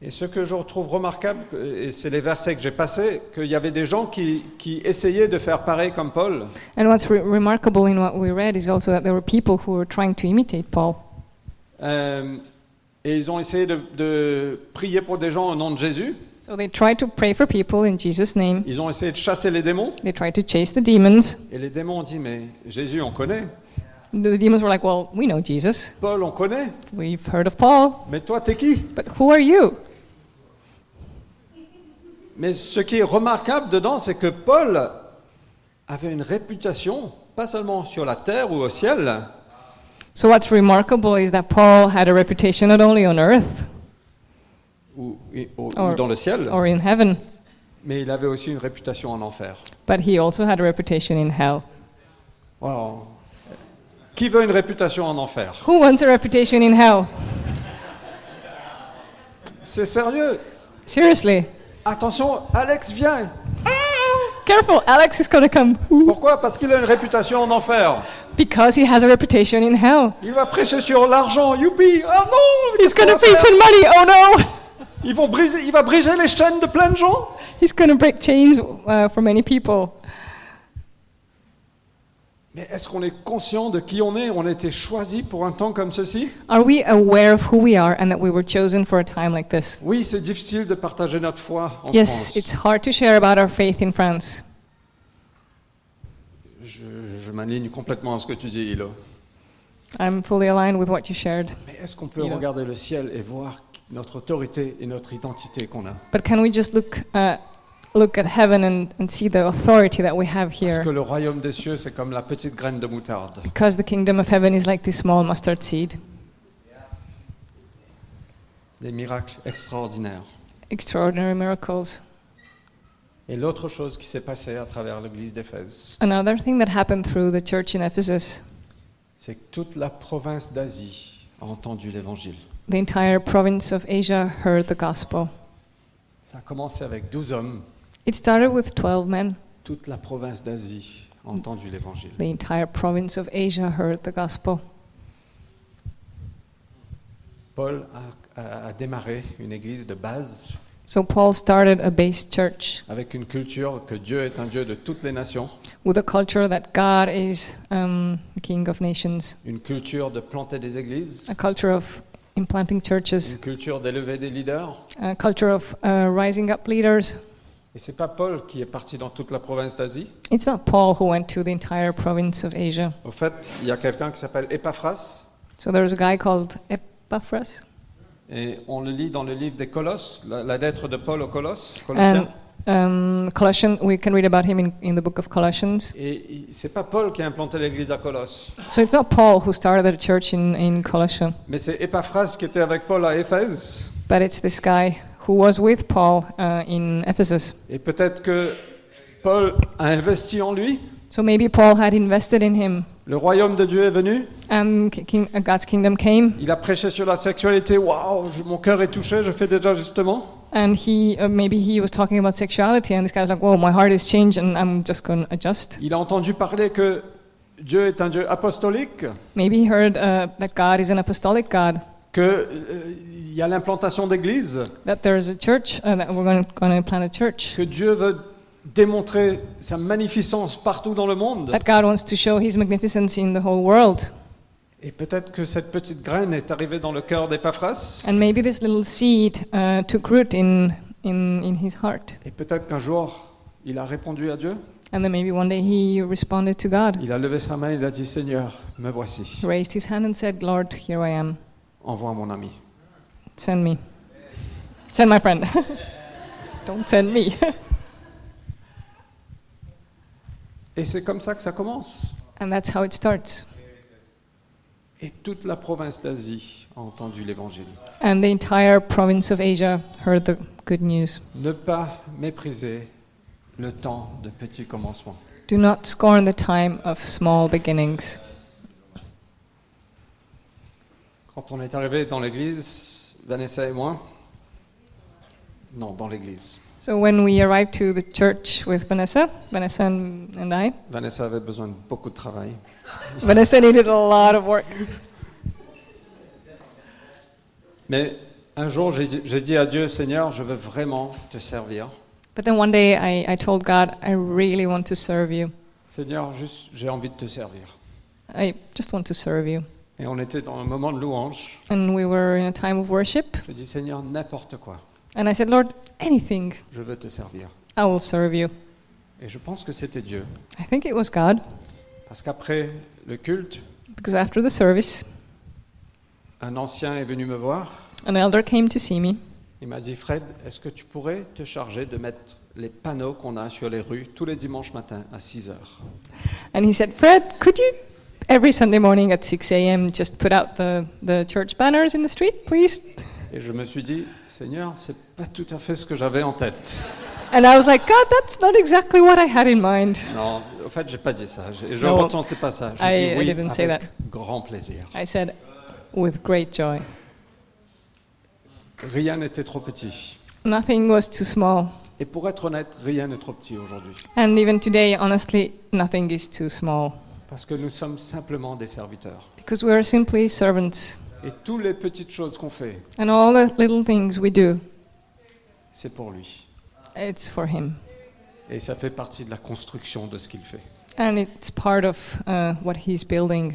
Speaker 1: Et ce que je retrouve remarquable, que- et c'est les versets que j'ai passés, qu'il y avait des gens qui, qui essayaient de faire pareil comme Paul,
Speaker 2: And what's re- remarkable in what we read is also that there were people who were trying to imitate Paul.
Speaker 1: euh, et ils ont essayé de- de prier pour des gens au nom de Jésus,
Speaker 2: So they tried to pray for people in Jesus' name.
Speaker 1: ils ont essayé de chasser les démons,
Speaker 2: They tried to chase the demons.
Speaker 1: et les démons ont dit, mais Jésus, on connaît,
Speaker 2: The demons were like, Well, we know Jesus.
Speaker 1: Paul, on connaît,
Speaker 2: We've heard of Paul.
Speaker 1: mais toi, t'es qui
Speaker 2: But who are you?
Speaker 1: Mais ce qui est remarquable dedans, c'est que Paul avait une réputation, pas seulement sur la terre ou au ciel,
Speaker 2: So what's remarkable is that Paul had a reputation not only on earth
Speaker 1: ou, et- ou- ou
Speaker 2: Or-
Speaker 1: dans le ciel,
Speaker 2: or in heaven,
Speaker 1: mais il avait aussi une réputation en enfer.
Speaker 2: but he also had a reputation in hell.
Speaker 1: Wow. Qui veut une réputation en enfer
Speaker 2: Who wants a reputation in hell?
Speaker 1: C'est sérieux
Speaker 2: Seriously.
Speaker 1: Attention, Alex vient
Speaker 2: Careful, Alex is going to come.
Speaker 1: Pourquoi Parce qu'il a une réputation en enfer.
Speaker 2: Because he has a reputation in hell.
Speaker 1: Il va prêcher sur l'argent, youpi Oh non
Speaker 2: He's
Speaker 1: qu'est-ce qu'on
Speaker 2: gonna
Speaker 1: va faire
Speaker 2: preach on money. Oh
Speaker 1: Ils vont briser, Il va briser les chaînes de plein de gens
Speaker 2: no! He's gonna break chains uh, for many people.
Speaker 1: Mais est-ce qu'on est conscient de qui on est On a été choisi pour un temps comme ceci
Speaker 2: Are we aware of who we are and that we were chosen for a time like this?
Speaker 1: Oui, c'est difficile de partager notre foi en
Speaker 2: Yes,
Speaker 1: France.
Speaker 2: it's hard to share about our faith in France.
Speaker 1: Je, je m'aligne complètement à ce que tu dis, Hilo.
Speaker 2: I'm fully aligned with what you shared.
Speaker 1: Mais est-ce qu'on peut
Speaker 2: Hilo.
Speaker 1: regarder le ciel et voir notre autorité et notre identité qu'on a.
Speaker 2: But can we just look, uh, look at heaven and, and see the authority that we have
Speaker 1: Parce que
Speaker 2: here?
Speaker 1: le royaume des cieux, c'est comme la petite graine de moutarde.
Speaker 2: Because the kingdom of heaven is like this small mustard seed.
Speaker 1: Des miracles extraordinaires.
Speaker 2: Extraordinary miracles.
Speaker 1: Et l'autre chose qui s'est passée à travers l'église d'Éphèse,
Speaker 2: Another thing that happened through the church in Ephesus,
Speaker 1: c'est que toute la province d'Asie a entendu l'évangile.
Speaker 2: the entire province of Asia heard the gospel.
Speaker 1: Ça a commencé avec 12 hommes.
Speaker 2: It started with 12 men.
Speaker 1: Toute la province d'Asie a entendu l'évangile.
Speaker 2: The entire province of Asia heard the gospel.
Speaker 1: Paul a, a- a démarré une église de base
Speaker 2: So Paul started a base church
Speaker 1: avec une culture que Dieu est un Dieu de toutes les nations,
Speaker 2: with a culture that God is um, the king of nations,
Speaker 1: une culture de planter des églises,
Speaker 2: a culture of implanting
Speaker 1: une
Speaker 2: churches,
Speaker 1: culture d'élever des leaders.
Speaker 2: a culture of uh, rising up leaders.
Speaker 1: Et c'est pas Paul qui est parti dans toute la province d'Asie.
Speaker 2: It's not Paul who went to the entire province of Asia.
Speaker 1: Au fait, il y a quelqu'un qui s'appelle Epaphras
Speaker 2: So there was a guy called Epaphras,
Speaker 1: et on le lit dans le livre des Colosses, la, la lettre de Paul aux Colosses, Colossiens.
Speaker 2: And um, Colossians, we can read about him in, in the book of Colossians.
Speaker 1: Et il- c'est pas Paul qui a implanté l'église à Colosse,
Speaker 2: So it's not Paul who started a church in, in Colossia,
Speaker 1: mais c'est Epaphras qui était avec Paul à Éphèse.
Speaker 2: but it's this guy who was with Paul uh, in Ephesus.
Speaker 1: Et peut-être que Paul a investi en lui.
Speaker 2: So maybe Paul had invested in him.
Speaker 1: Le royaume de Dieu est venu.
Speaker 2: Um, K- King, uh, God's kingdom came,
Speaker 1: Il a prêché sur la sexualité. Waouh, je- mon cœur est touché. Je fais déjà justement.
Speaker 2: and he uh, maybe he was talking about sexuality, and this guy's like, "Whoa, my heart is changed, and I'm just going to adjust."
Speaker 1: Il a entendu parler que Dieu est un Dieu apostolique,
Speaker 2: Maybe he heard uh, that God is an apostolic God,
Speaker 1: que euh, il y a l'implantation d'églises,
Speaker 2: that there is a church, uh, that we're going to plant a church,
Speaker 1: que Dieu veut démontrer sa magnificence partout dans le monde.
Speaker 2: that God wants to show His magnificence in the whole world.
Speaker 1: Et peut-être que cette petite graine est arrivée dans le cœur d'Épaphras.
Speaker 2: And maybe this little seed uh, took root in, in, in his heart.
Speaker 1: Et peut-être qu'un jour, il a répondu à Dieu.
Speaker 2: And then maybe one day he responded to God,
Speaker 1: Il a levé sa main. Il a dit Seigneur, me voici.
Speaker 2: He raised his hand and said, Lord, here I am.
Speaker 1: Envoie mon ami.
Speaker 2: Send me. Send my friend. [laughs] Don't send me. [laughs]
Speaker 1: Et c'est comme ça que ça commence.
Speaker 2: and that's how it starts.
Speaker 1: Et toute la province d'Asie a entendu l'évangile.
Speaker 2: And the entire province of Asia heard the good news.
Speaker 1: Ne pas mépriser le temps de petits commencements.
Speaker 2: Do not scorn the time of small beginnings.
Speaker 1: Quand on est arrivé dans l'église, Vanessa et moi, non, dans l'église,
Speaker 2: So when we arrived to the church with Vanessa, Vanessa and, and I,
Speaker 1: Vanessa avait besoin de beaucoup de travail.
Speaker 2: Vanessa needed a lot of work.
Speaker 1: Mais un jour, j'ai dit- j'ai dit à Dieu, Seigneur, je veux vraiment te servir.
Speaker 2: But then one day I, I told God, I really want to serve you.
Speaker 1: Seigneur, juste, j'ai envie de te servir.
Speaker 2: I just want to serve you.
Speaker 1: Et on était dans un moment de louange.
Speaker 2: And we were in a time of worship.
Speaker 1: Je dis, Seigneur, n'importe quoi,
Speaker 2: And I said, Lord, anything,
Speaker 1: je veux te servir.
Speaker 2: I will serve you.
Speaker 1: Et je pense que c'était Dieu.
Speaker 2: I think it was God,
Speaker 1: Parce qu'après le culte,
Speaker 2: because after the service,
Speaker 1: un ancien est venu me voir.
Speaker 2: an elder came to see me.
Speaker 1: Il m'a dit Fred, est-ce que tu pourrais te charger de mettre les panneaux qu'on a sur les rues tous les dimanches matins à 6 heures
Speaker 2: And he said, Fred, could you every Sunday morning at 6 a.m. just put out the, the church banners in the street, please?
Speaker 1: Et je me suis dit Seigneur, c'est pas tout à fait ce que j'avais en tête.
Speaker 2: And I was like, God, that's not exactly what I had in mind.
Speaker 1: Non, au fait, j'ai pas dit ça. Je- Et je
Speaker 2: Non.
Speaker 1: retentais pas ça. Je dis
Speaker 2: I- I
Speaker 1: oui
Speaker 2: didn't
Speaker 1: avec
Speaker 2: say
Speaker 1: grand plaisir.
Speaker 2: I said, with great joy.
Speaker 1: Rien n'était trop petit.
Speaker 2: Nothing was too small.
Speaker 1: Et pour être honnête, rien n'est trop petit aujourd'hui.
Speaker 2: And even today, honestly, nothing is too small.
Speaker 1: Parce que nous sommes simplement des serviteurs.
Speaker 2: Because we are simply servants.
Speaker 1: Et toutes les petites choses qu'on fait,
Speaker 2: And all the little things we do,
Speaker 1: c'est pour lui.
Speaker 2: it's for Him.
Speaker 1: Et ça fait partie de la construction de ce qu'il fait.
Speaker 2: And it's part of uh, what He's building.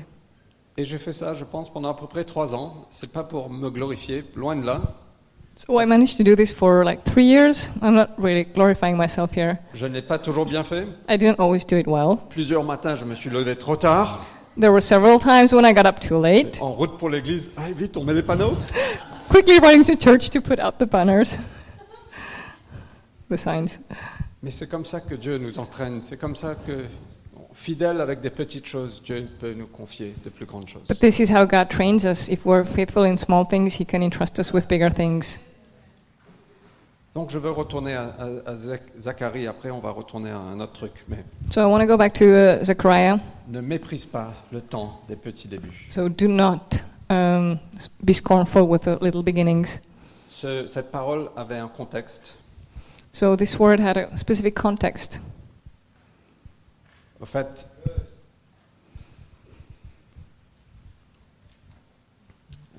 Speaker 1: Et j'ai fait ça, je pense, pendant à peu près trois ans. C'est pas pour me glorifier, loin de là.
Speaker 2: So I managed to do this for like three years. I'm not really glorifying myself here.
Speaker 1: Je n'ai pas toujours bien fait.
Speaker 2: I didn't always do it well.
Speaker 1: Plusieurs matins, je me suis levé trop tard.
Speaker 2: There were several times when I got up too late.
Speaker 1: En route pour l'église, ah, vite, on met les panneaux.
Speaker 2: quickly running to church to put out the banners, [laughs] the signs.
Speaker 1: Mais c'est comme ça que Dieu nous entraîne. C'est comme ça que, fidèle avec des petites choses, Dieu peut nous confier de plus grandes choses.
Speaker 2: But this is how God trains us. If we're faithful in small things, He can entrust us with bigger things.
Speaker 1: Donc je veux retourner à, à- à Zac- Zacharie. Après, on va retourner à un autre truc. Mais
Speaker 2: So I want to go back to uh, Zechariah.
Speaker 1: ne méprise pas le temps des petits débuts.
Speaker 2: So do not um, s- be scornful with the little beginnings.
Speaker 1: Ce- cette parole avait un contexte.
Speaker 2: So this word had a specific context.
Speaker 1: Au fait,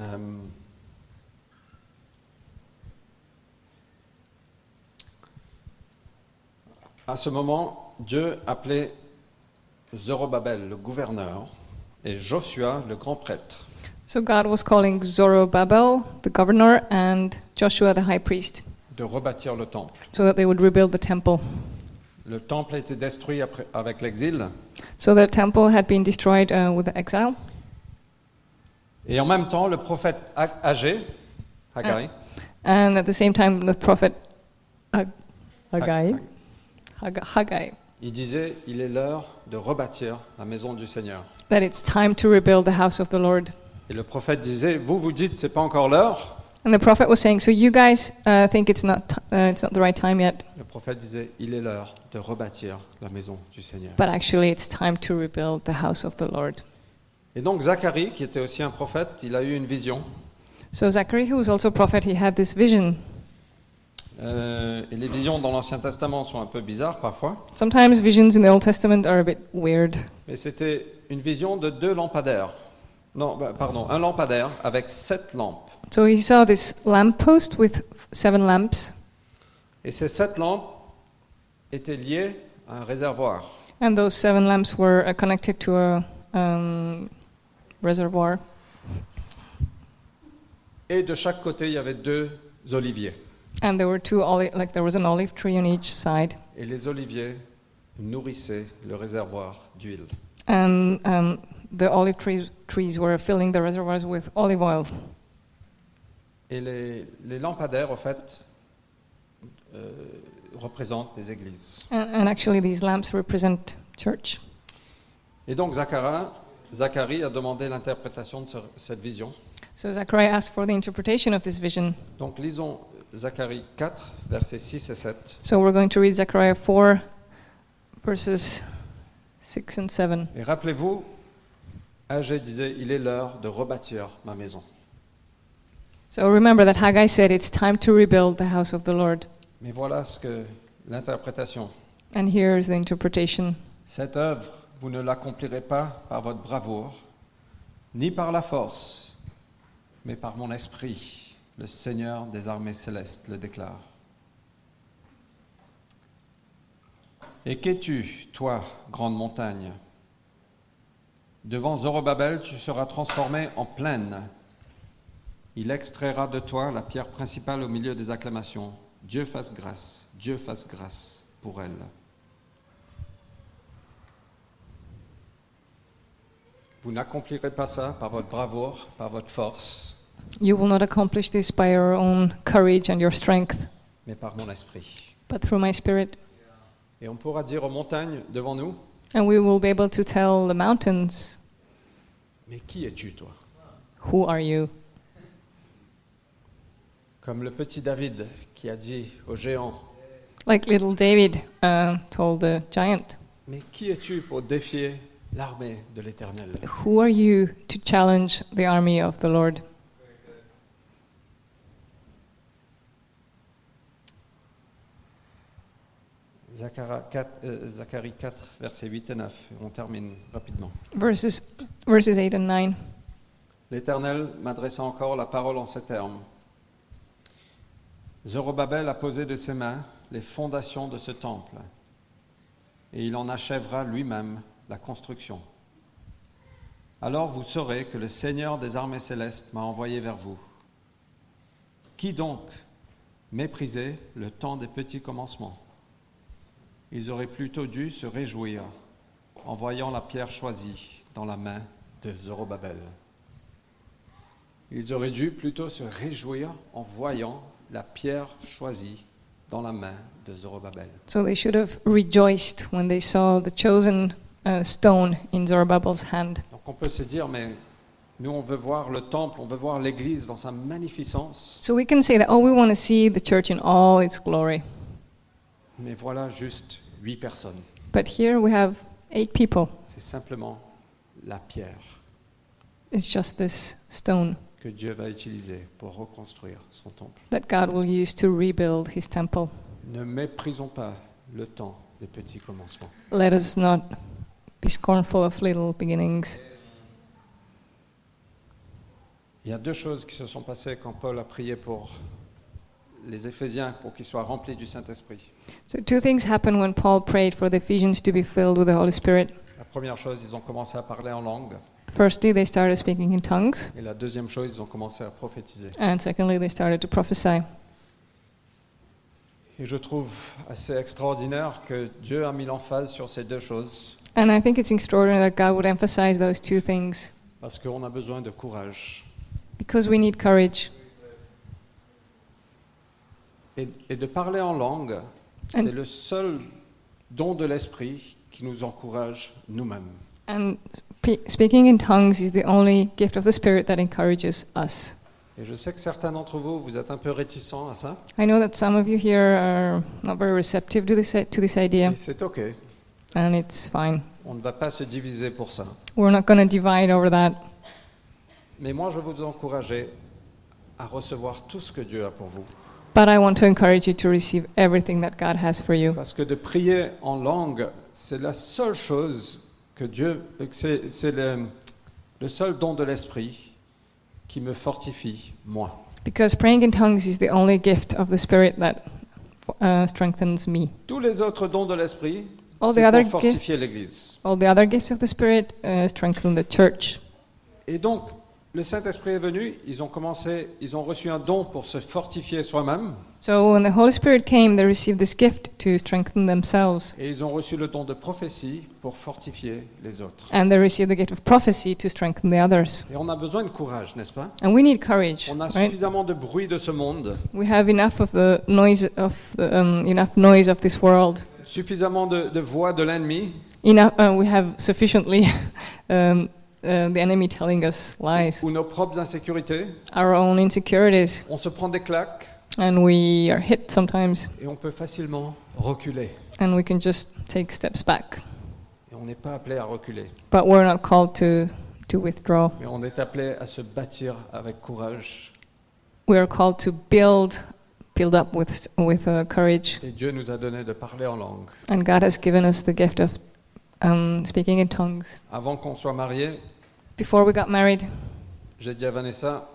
Speaker 1: euh, à ce moment, Dieu appelait Zorobabel, le gouverneur, et Joshua, le grand prêtre.
Speaker 2: So God was calling Zorobabel, the governor, and Joshua, the high priest,
Speaker 1: de rebâtir le temple.
Speaker 2: so that they would rebuild the temple.
Speaker 1: Le temple a été détruit après- avec l'exil.
Speaker 2: So the temple had been destroyed uh, with the exile.
Speaker 1: Et en même temps, le prophète Ha- Agé, Haggai,
Speaker 2: And at the same time, the prophet Hag-
Speaker 1: Hag-
Speaker 2: Ah, Haggai,
Speaker 1: Hag-
Speaker 2: Hag- Haggai,
Speaker 1: il disait, il est l'heure de rebâtir la maison du Seigneur.
Speaker 2: that it's time to rebuild the house of the Lord.
Speaker 1: Et le prophète disait, vous vous dites, c'est pas encore l'heure.
Speaker 2: And the prophet was saying, so you guys uh, think it's not, t- uh, it's not the right time yet,
Speaker 1: Le prophète disait, il est l'heure de rebâtir la maison du Seigneur.
Speaker 2: but actually it's time to rebuild the house of the Lord.
Speaker 1: Et donc Zacharie, qui était aussi un prophète, il a eu une vision.
Speaker 2: So Zachary, who was also a prophet, he had this vision.
Speaker 1: Euh, et les visions dans l'Ancien Testament sont un peu bizarres parfois.
Speaker 2: Sometimes visions in the Old Testament are a bit weird.
Speaker 1: Mais c'était une vision de deux lampadaires. Non, bah, pardon, un lampadaire avec sept lampes.
Speaker 2: So he saw this lamppost with seven lamps,
Speaker 1: Et ces sept lampes étaient liées à un réservoir.
Speaker 2: and those seven lamps were uh, connected to a um, reservoir.
Speaker 1: Et de chaque côté, il y avait deux oliviers.
Speaker 2: And there were two olive, like there was an olive tree on each side,
Speaker 1: Et les oliviers nourrissaient le réservoir d'huile.
Speaker 2: and um, the olive trees, trees were filling the reservoirs with olive oil.
Speaker 1: Et les, les lampadaires, en fait, euh, représentent des églises.
Speaker 2: And, and actually, these lamps represent church.
Speaker 1: Et donc, Zacharie, Zacharie a demandé l'interprétation de ce- cette vision.
Speaker 2: So Zachariah asked for the interpretation of this vision.
Speaker 1: Donc, lisons Zacharie 4, versets 6 et 7.
Speaker 2: So we're going to read Zechariah 4, verses 6 and 7.
Speaker 1: Et rappelez-vous, Agé disait, il est l'heure de rebâtir ma maison.
Speaker 2: So remember that Haggai said, It's time to rebuild the house of the Lord.
Speaker 1: Mais voilà ce que l'interprétation.
Speaker 2: And here is the interpretation.
Speaker 1: Cette œuvre, vous ne l'accomplirez pas par votre bravoure, ni par la force, mais par mon esprit. Le Seigneur des armées célestes le déclare. Et qu'es-tu, toi, grande montagne Devant Zorobabel, tu seras transformé en plaine. Il extraira de toi la pierre principale au milieu des acclamations. Dieu fasse grâce, Dieu fasse grâce pour elle. Vous n'accomplirez pas ça par votre bravoure, par votre force,
Speaker 2: You will not accomplish this by your own courage and your strength,
Speaker 1: mais par mon esprit.
Speaker 2: but through my spirit.
Speaker 1: Et on pourra dire aux montagnes devant nous,
Speaker 2: And we will be able to tell the mountains,
Speaker 1: mais qui es-tu toi
Speaker 2: Who are you?
Speaker 1: Comme le petit David qui a dit au géant,
Speaker 2: Like little David uh, told the giant,
Speaker 1: mais qui es-tu pour défier l'armée de l'Éternel
Speaker 2: Who are you to challenge the army of the Lord?
Speaker 1: Zacharie 4, euh, Zacharie 4, versets 8 et 9. On termine rapidement.
Speaker 2: Verses, verses 8 and 9.
Speaker 1: L'Éternel m'adressa encore la parole en ces termes. Zorobabel a posé de ses mains les fondations de ce temple, et il en achèvera lui-même la construction. Alors vous saurez que le Seigneur des armées célestes m'a envoyé vers vous. Qui donc méprisait le temps des petits commencements Ils auraient plutôt dû se réjouir en voyant la pierre choisie dans la main de Zorobabel. Ils auraient dû plutôt se réjouir en voyant la pierre choisie dans la main de Zorobabel.
Speaker 2: So they should have rejoiced when they saw the chosen uh, stone in Zerubbabel's hand.
Speaker 1: Donc on peut se dire, mais nous on veut voir le temple, on veut voir l'église dans sa magnificence,
Speaker 2: So we can say that, oh, we want to see the church in all its glory.
Speaker 1: mais voilà juste huit personnes.
Speaker 2: But here we have eight people.
Speaker 1: C'est simplement la pierre
Speaker 2: It's just this stone
Speaker 1: que Dieu va utiliser pour reconstruire son temple.
Speaker 2: that God will use to rebuild his temple.
Speaker 1: Ne méprisons pas le temps des petits commencements.
Speaker 2: Let us not be scornful of little beginnings.
Speaker 1: Il y a deux choses qui se sont passées quand Paul a prié pour les Éphésiens pour qu'ils soient remplis du Saint-Esprit.
Speaker 2: So, two things happened when Paul prayed for the Ephesians to be filled with the Holy Spirit.
Speaker 1: La première chose, ils ont commencé à parler en langue.
Speaker 2: Firstly, they started speaking in tongues,
Speaker 1: Et la deuxième chose, ils ont commencé à prophétiser.
Speaker 2: and secondly, they started to prophesy.
Speaker 1: Et je trouve assez extraordinaire que Dieu a mis l'emphase sur ces deux choses
Speaker 2: And I think it's extraordinary that God would emphasize those two things
Speaker 1: parce qu'on a besoin de courage
Speaker 2: because we need courage.
Speaker 1: Et, et de parler en langue, c'est le seul don de l'esprit qui nous encourage nous-mêmes.
Speaker 2: And spe- speaking in tongues is the only gift of the Spirit that encourages us.
Speaker 1: Et je sais que certains d'entre vous, vous êtes un peu réticents à ça.
Speaker 2: I know that some of you here are not very receptive to this, to this idea,
Speaker 1: Et c'est OK.
Speaker 2: and it's fine.
Speaker 1: On ne va pas se diviser pour ça.
Speaker 2: We're not going to divide over that.
Speaker 1: Mais moi, je veux vous encourager à recevoir tout ce que Dieu a pour vous.
Speaker 2: But I want to encourage you to receive everything that God has for you.
Speaker 1: Parce que de prier en langue, c'est la seule chose que Dieu, euh, que c'est c'est le, le seul don de l'esprit qui me fortifie, moi.
Speaker 2: Because praying in tongues is the only gift of the Spirit that uh, strengthens me.
Speaker 1: Tous les autres dons de l'esprit,
Speaker 2: All Oh, the
Speaker 1: c'est
Speaker 2: other
Speaker 1: pour fortifier
Speaker 2: gifts.
Speaker 1: l'Église.
Speaker 2: All the other gifts of the Spirit uh, strengthen the church.
Speaker 1: Et donc, le Saint-Esprit est venu, ils ont commencé, ils ont reçu un don pour se fortifier soi-même,
Speaker 2: So when the Holy Spirit came, they received this gift to strengthen themselves,
Speaker 1: et ils ont reçu le don de prophétie pour fortifier les autres.
Speaker 2: and they received the gift of prophecy to strengthen the others.
Speaker 1: Et on a besoin de courage, n'est-ce pas
Speaker 2: And we need courage,
Speaker 1: On a
Speaker 2: right?
Speaker 1: suffisamment de bruit de ce monde,
Speaker 2: We have enough of the noise of the, um, enough noise of this world.
Speaker 1: suffisamment de, de voix de l'ennemi
Speaker 2: Enough, uh, we have sufficiently [laughs] um, uh, the enemy telling us lies,
Speaker 1: ou nos propres insécurités.
Speaker 2: our own insecurities,
Speaker 1: On se prend des claques
Speaker 2: and we are hit sometimes,
Speaker 1: et on peut facilement reculer.
Speaker 2: and we can just take steps back.
Speaker 1: Et on n'est pas appelé à reculer,
Speaker 2: But we're not called to to withdraw.
Speaker 1: mais on est appelé à se bâtir avec courage.
Speaker 2: We are called to build, build up with with uh, courage.
Speaker 1: Et Dieu nous a donné de parler en langue.
Speaker 2: And God has given us the gift of um, speaking in tongues.
Speaker 1: Avant qu'on soit mariés,
Speaker 2: Before we got married,
Speaker 1: j'ai dit à Vanessa,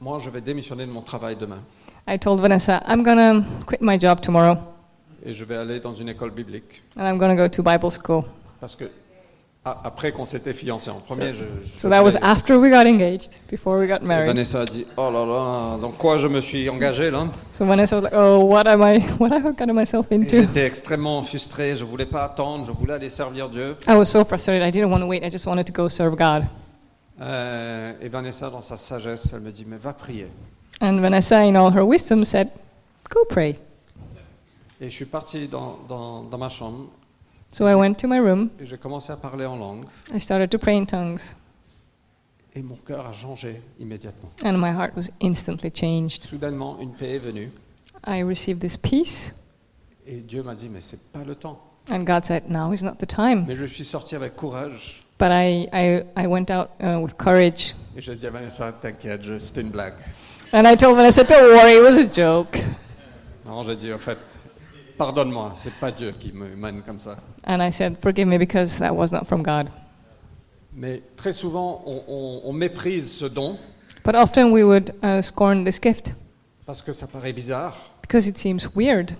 Speaker 1: moi je vais démissionner de mon travail demain
Speaker 2: I told Vanessa, I'm gonna quit my job tomorrow
Speaker 1: et je vais aller dans une école biblique.
Speaker 2: and I'm gonna go to Bible school.
Speaker 1: Parce que a- après qu'on s'était fiancés en premier, je... je
Speaker 2: So that was
Speaker 1: voulais-
Speaker 2: after we got engaged, before we got
Speaker 1: Et
Speaker 2: married.
Speaker 1: Vanessa a dit, oh là là, dans quoi je me suis engagé là
Speaker 2: So Vanessa was like, "Oh, what am I? [laughs] What have I gotten myself [laughs]
Speaker 1: Et
Speaker 2: into?"
Speaker 1: J'étais extrêmement frustré, je voulais pas attendre, je voulais aller servir Dieu.
Speaker 2: I was so frustrated. I didn't want to wait. I just wanted to go serve God.
Speaker 1: Euh, et Vanessa, dans sa sagesse, elle me dit, mais va prier.
Speaker 2: And Vanessa, in all her wisdom, said, "Go pray."
Speaker 1: Et je suis parti dans, dans- dans ma chambre
Speaker 2: So I went to my room.
Speaker 1: et j'ai commencé à parler en langue.
Speaker 2: I started to pray in tongues,
Speaker 1: Et mon cœur a changé immédiatement.
Speaker 2: and my heart was instantly changed.
Speaker 1: Soudainement, une paix est venue.
Speaker 2: I received this peace,
Speaker 1: Et Dieu m'a dit, mais c'est pas le temps.
Speaker 2: and God said, "Now is not the time."
Speaker 1: Mais je suis sorti avec courage.
Speaker 2: But I, I, I went out uh, with courage,
Speaker 1: Et j'ai dit à Vanessa, t'inquiète, je- c'était une blague.
Speaker 2: and I told Vanessa, "Don't worry, it was a joke."
Speaker 1: Non, j'ai dit, en fait, pardonne-moi, c'est pas Dieu qui me mène comme ça.
Speaker 2: And I said, "Forgive me because that was not from God."
Speaker 1: Mais très souvent, on, on- on méprise ce don
Speaker 2: But often we would uh, scorn this gift
Speaker 1: parce que ça paraît bizarre.
Speaker 2: because it seems weird.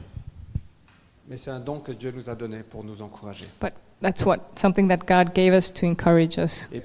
Speaker 1: Mais c'est un don que Dieu nous a donné pour nous encourager.
Speaker 2: But that's what something that God gave us to encourage us.
Speaker 1: Et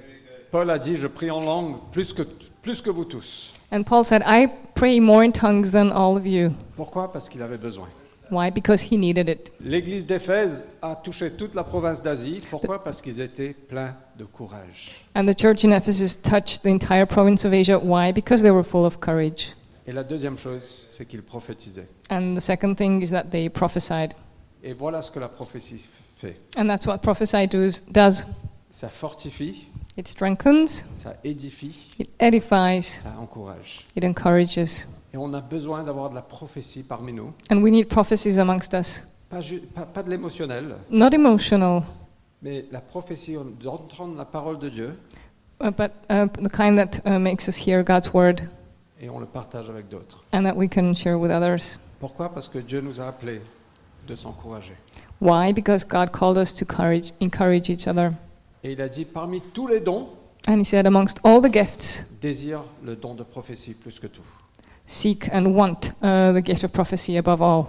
Speaker 1: Paul a dit, je prie en langue plus que, plus que vous tous.
Speaker 2: And Paul said, I pray more in tongues than all of you.
Speaker 1: Pourquoi Parce qu'il avait besoin.
Speaker 2: Why? Because he needed it.
Speaker 1: L'église d'Éphèse a touché toute la province d'Asie. Pourquoi Parce qu'ils étaient pleins de courage.
Speaker 2: And the church in Ephesus touched the entire province of Asia. Why? Because they were full of courage.
Speaker 1: Et la deuxième chose, c'est qu'ils prophétisaient.
Speaker 2: And the second thing is that they prophesied.
Speaker 1: Et voilà ce que la prophétie fait.
Speaker 2: And that's what prophesy does. does.
Speaker 1: Ça fortifie,
Speaker 2: It strengthens,
Speaker 1: ça édifie,
Speaker 2: it edifies,
Speaker 1: ça encourage.
Speaker 2: it encourages.
Speaker 1: Et on a besoin d'avoir de la prophétie parmi nous.
Speaker 2: And we need prophecies amongst us.
Speaker 1: Pas, ju- pas- pas de l'émotionnel,
Speaker 2: Not emotional,
Speaker 1: mais la prophétie, on- d'entendre la parole de Dieu
Speaker 2: uh, but uh, the kind that uh, makes us hear God's word
Speaker 1: et on le partage avec d'autres.
Speaker 2: and that we can share with others.
Speaker 1: Pourquoi Parce que Dieu nous a appelés de s'encourager.
Speaker 2: Why? Because God called us to courage, encourage each other.
Speaker 1: Et il a dit, parmi tous les dons,
Speaker 2: And He said, amongst all the gifts,
Speaker 1: désire le don de prophétie plus que tout.
Speaker 2: seek and want uh, the gift of prophecy above all.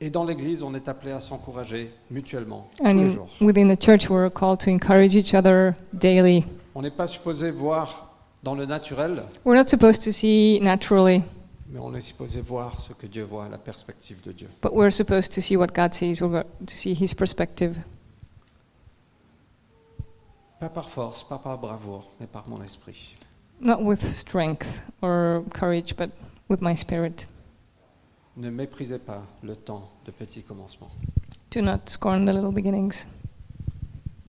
Speaker 1: Et dans l'Église, on est appelé à s'encourager mutuellement tous
Speaker 2: And
Speaker 1: les
Speaker 2: in-
Speaker 1: jours.
Speaker 2: within the church, we're called to encourage each other daily.
Speaker 1: On n'est pas supposé voir dans le naturel,
Speaker 2: We're not supposed to see naturally,
Speaker 1: mais on est supposé voir ce que Dieu voit, la perspective de Dieu.
Speaker 2: but we're supposed to see what God sees, we're go- to see His perspective.
Speaker 1: Pas par force, pas par bravoure, mais par mon esprit.
Speaker 2: Not with strength or courage, but with my spirit.
Speaker 1: Ne méprisez pas le temps de petits commencements.
Speaker 2: Do not scorn the little beginnings.